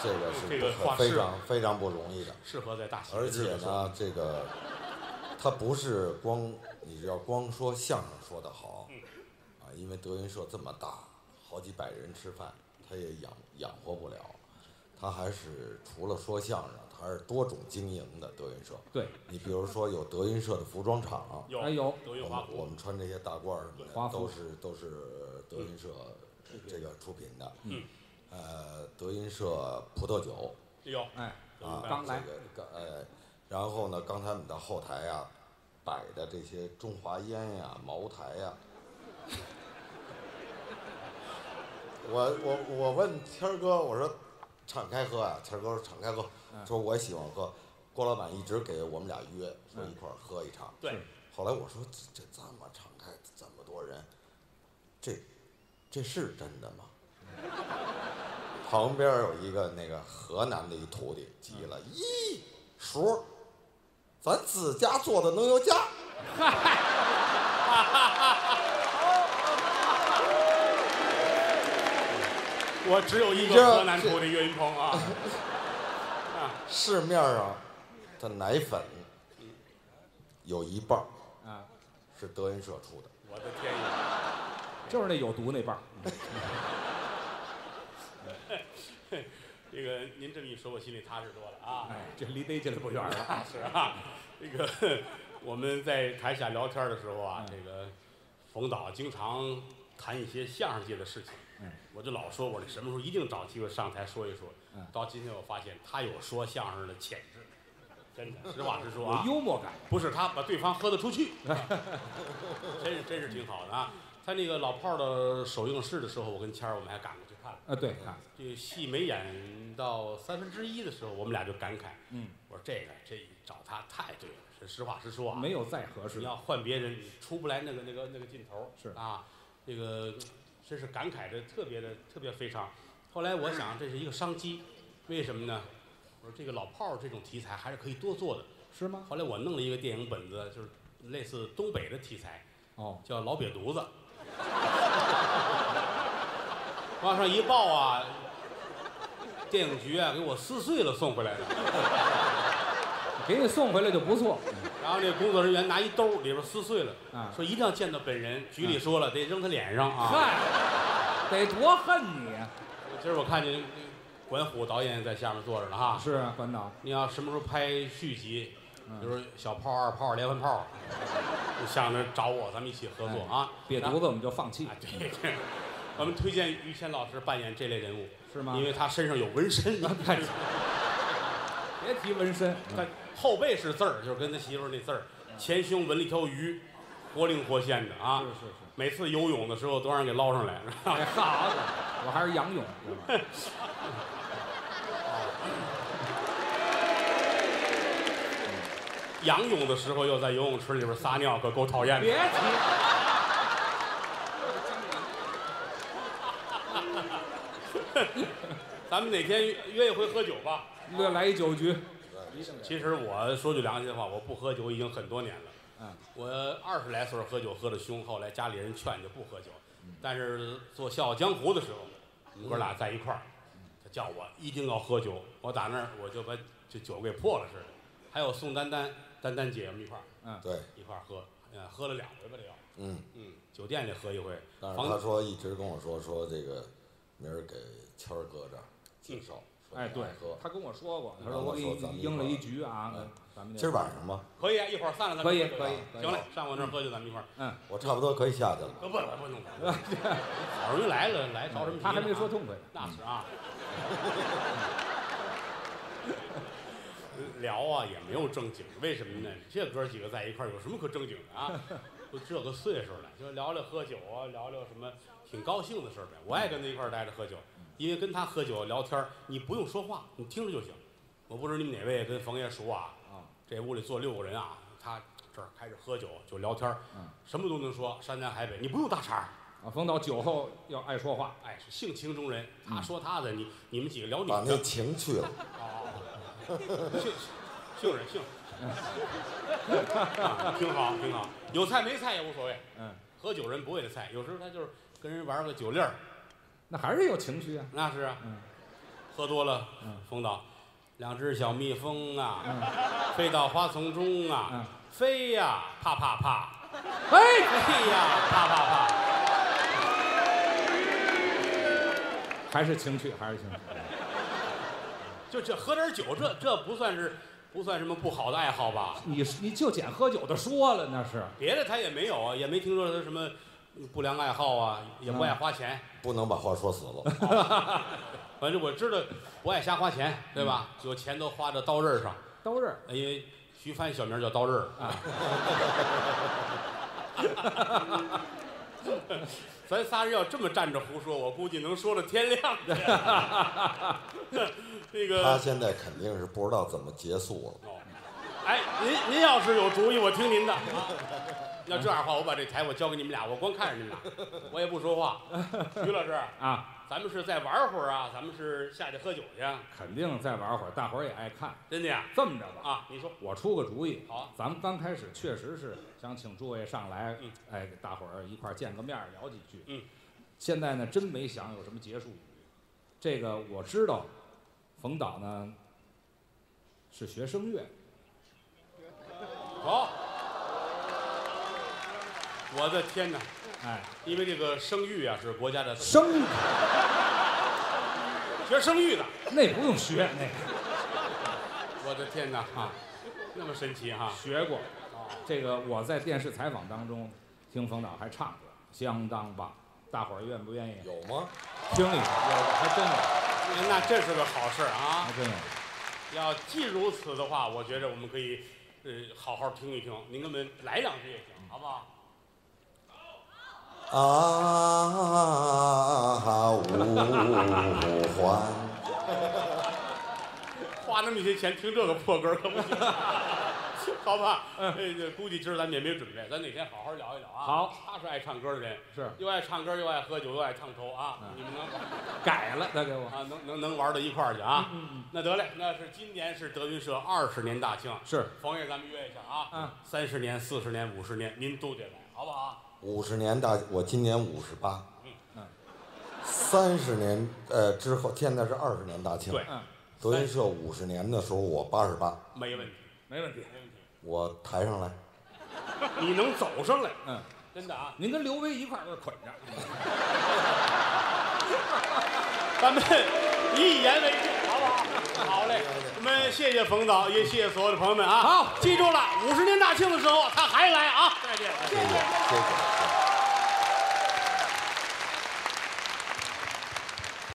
C: 这个是
A: 这个
C: 不
A: 话
C: 非
A: 是
C: 常非常不容易的。
A: 适合在大喜
C: 而
A: 日子
C: 且
A: 的时候。
C: 呢，这个它不是光你要光说相声说得好，
A: 嗯
C: 啊，因为德云社这么大，好几百人吃饭，他也养养活不了。他还是除了说相声，他还是多种经营的德云社。
I: 对，
C: 你比如说有德云社的服装厂，
A: 有
I: 哎有
A: 德云
C: 我
A: 华
C: 们
A: 服，
C: 我们穿这些大褂儿什
I: 华
C: 么的
I: 服
C: 都是都是德云社这个出品的。
A: 嗯，
C: 呃，德云社葡萄酒，
A: 有
I: 哎，
A: 德云白
I: 刚来
C: 这个刚呃，然后呢，刚才我们到后台呀、摆的这些中华烟呀、茅台呀、我我我问谦儿哥，我说敞开喝呀、谦儿哥说敞开喝，说我喜欢喝。郭老板一直给我们俩约，说一块儿喝一场。
A: 对，
C: 后来我说这这这么敞开，这么多人，这这是真的吗？旁边有一个那个河南的一徒弟急了，咦，叔儿，咱自家做的能有假？
A: 我只有一
C: 你这
A: 个河南徒弟岳云鹏啊，
C: 市面上的奶粉有一半儿
I: 啊，
C: 是德云社出的，
A: 我的天爷，
I: 就是那有毒那半儿。
A: 这个您这么一说，我心里踏实多了 啊。
I: 哎，这离逮起来不远了。
A: 啊，是啊，这个我们在台下聊天的时候
I: 嗯
A: 啊，这个冯导经常谈一些相声界的事情。
I: 嗯，
A: 我就老说，我这什么时候一定找机会上台说一说。
I: 嗯
A: 到今天我发现他有说相声的潜质，真的，实话实说啊
I: 有，幽默感，
A: 不是他把对方喝得出去，真是真是挺好的啊。他那个老炮儿的首映式的时候，我跟谦儿我们还赶过去看了。
I: 啊，对，看，
A: 这戏没演到三分之一的时候，我们俩就感慨，
I: 嗯，
A: 我说这个这找他太对了，是实话实说啊，
I: 没有再合适
A: 你
I: 的。
A: 要换别人，你出不来那个那个那个劲头儿，
I: 是
A: 啊，这个真是感慨的特别的特别非常。后来我想这是一个商机，为什么呢？我说这个老炮儿这种题材还是可以多做的。
I: 是吗？
A: 后来我弄了一个电影本子，就是类似东北的题材，
I: 哦，
A: 叫老瘪犊子，往上一抱啊，电影局啊给我撕碎了送回来的。
I: 给你送回来就不错。
A: 然后那工作人员拿一兜里边撕碎了，
I: 啊
A: 说一定要见到本人。局里说了，得扔他脸上啊。
I: 嗨，得多恨你啊！
A: 今儿我看见管虎导演在下面坐着呢哈。
I: 是啊，关导，
A: 你要什么时候拍续集，
I: 嗯
A: 比如说小炮、二炮、连环炮，就想着找我，咱们一起合
I: 嗯
A: 作啊。
I: 瘪犊子我们就放弃
A: 啊，，对对，我们推荐于谦老师扮演这类人物，
I: 是吗啊
A: 因为他身上有纹身，
B: 哎
I: 别提纹身。
A: 他后背是字儿，就是跟他媳妇儿那
E: 哎
A: 字儿，前胸纹了一条鱼，活灵活现的啊。
I: 嗯是是是
A: 每次游泳的时候都让人给捞上来，是吧？
I: 哎，好的，我还是仰泳，对吧？
A: 仰泳的时候又在游泳池里边撒尿，可够讨厌
I: 别
A: 的。
I: 提，
A: 咱们哪天约约一回喝酒吧？
I: 又来一酒局，
A: 其实我说句良心话，我不喝酒已经很多年了。
I: 嗯，
A: 我二十来岁儿喝酒喝的凶，后来家里人劝就不喝酒。
I: 嗯
A: 但是做《笑傲江湖》的时候，我们哥俩在一块儿，
I: 嗯
A: 他叫我一定要喝酒。我打那儿我就把这酒给破了似的。还有宋丹丹、丹丹姐我们一块儿
C: 对，
A: 一块儿喝，呃，喝了两回吧，这要。
C: 嗯。
A: 嗯，酒店里喝一回，
C: 但是
A: 房
C: 他说一直跟我说说这个，明儿给谦儿哥这儿介绍，说
I: 哎，
C: 你
I: 对
C: 爱喝，
I: 他跟我说过，他
C: 然
I: 说
C: 后
I: 我给
C: 说咱们
I: 你
C: 一
I: 应了
C: 块儿
I: 一局啊
C: 嗯，
I: 咱们就
C: 今儿晚上吧，
A: 可以啊，一会儿散了咱们
I: 可以
A: 喝
I: 可
A: 酒
I: 以
A: 啊
I: 可以
A: 行嘞，上我那儿喝去，咱们一块儿。呃
I: 嗯，
C: 我差不多可以下去了。
A: 不不不弄，
I: 嗯
A: 好容易来了，来着什么急呢啊？
I: 他还没说痛快呢。
A: 那是啊。 聊啊也没有正经，为什么呢？这哥几个在一块儿有什么可正经的啊？都这个岁数了，就聊聊喝酒啊，聊聊什么挺高兴的事儿呗。我爱跟他一块儿待着喝酒，因为跟他喝酒聊天儿，你不用说话，你听着就行。我不知道你们哪位跟冯爷熟啊？
B: 啊，
A: 这屋里坐六个人啊，他这儿开始喝酒就聊天儿，
B: 嗯
A: 什么都能说，山南海北，你不用搭茬儿。
I: 嗯
B: 啊，冯导酒后要爱说话，
A: 哎，是性情中人，
B: 嗯
A: 他说他的，你你们几个聊你
C: 把
A: 们
C: 那
A: 的，
C: 情去了，
A: 性性人 性，啊挺好挺好，有菜没菜也无所谓，
B: 嗯，
A: 喝酒人不为了菜，有时候他就是跟人玩个酒粒儿，
B: 那还是有情绪啊。
A: 那是啊，
B: 嗯
A: 喝多了
B: 嗯，
A: 冯导，两只小蜜蜂啊，飞到花丛中啊，
B: 嗯
A: 飞呀，啪啪啪，
B: 哎，
A: 飞呀，啪啪啪，
B: 还是情绪，还是情绪。
A: 就这喝点酒，这这不算是不算什么不好的爱好吧？
B: 你你就捡喝酒的说了，那是
A: 别的他也没有啊，也没听说他什么不良爱好啊，也不爱花钱。
C: 不能把话说死了。
A: 反正我知道不爱瞎花钱，对吧？有钱都花到刀刃上，
B: 都是
A: 因为徐帆小名叫刀刃儿啊。 咱啊仨人要这么站着胡说，我估计能说到天亮 去。那
C: 他
A: 个，
C: 现在肯定是不知道怎么结束了。
A: 哎，您您要是有主意，我听您的。啊要这样的话，我把这台我交给你们俩，我光看着你们俩，我也不说话。于老师，
B: 啊，
A: 咱们是再玩会儿啊，咱们是下去喝酒去啊，
B: 肯定再玩会儿，大伙儿也爱看。
A: 真的呀？
B: 这么着吧，
A: 啊，你说
B: 我出个主意，
A: 好啊
B: 咱们刚开始确实是想请诸位上来，
A: 嗯
B: 哎，给大伙儿一块儿见个面儿，聊几句。
A: 嗯，
B: 现在呢，真没想有什么结束语。这个我知道，冯导呢是学声乐，
A: 好。我的天哪！
B: 哎，
A: 因为这个生育啊是国家的
B: 声
A: 学生育的，
B: 那不用学，那个
A: 我的天哪啊，那么神奇哈、
B: 学过。这个我在电视采访当中听冯导还唱过，相当棒。大伙儿愿不愿意
C: 有吗？
B: 听一听？还真有，
A: 那这是个好事啊
B: 还！真有。
A: 要既如此的话，我觉着我们可以，呃，好好听一听。您给我们来两句也行，好不好？
C: 啊，五环，
A: 花那么些钱听这个破歌可不 行，好吧？
B: 嗯
A: 哎这这估计今儿咱们也没准备，咱哪天好好聊一聊啊。
B: 好，
A: 他是爱唱歌的人，
B: 是
A: 又爱唱歌，又爱喝酒，又爱烫头啊！
B: 嗯
A: 你们能
B: 改了，再给我。
A: 啊，能能能玩到一块儿去啊！
B: 嗯
A: 那得嘞，那是今年是德云社二十年大庆，
B: 是
A: 冯爷咱们约一下啊！
B: 嗯，
A: 三十年、四十年、五十年，您都得来，好不好？
C: 五十年大，我今年五十八
A: 嗯
B: 嗯，
C: 三十年呃之后，现在是二十年大庆。
A: 对，
B: 嗯，
C: 德云社五十年的时候，我八十八，
A: 没问题，
B: 没问题。
A: 没问题，
C: 我抬上来，
A: 你能走上来，
B: 嗯，
A: 真的啊！
B: 您跟刘威一块儿就捆着。
A: 咱们 一言为定，好不好？ 好嘞，我们谢谢冯导，也谢谢所有的朋友们啊！好，记住了，五十年大庆的时候他还来啊！再见。
C: 谢谢谢谢。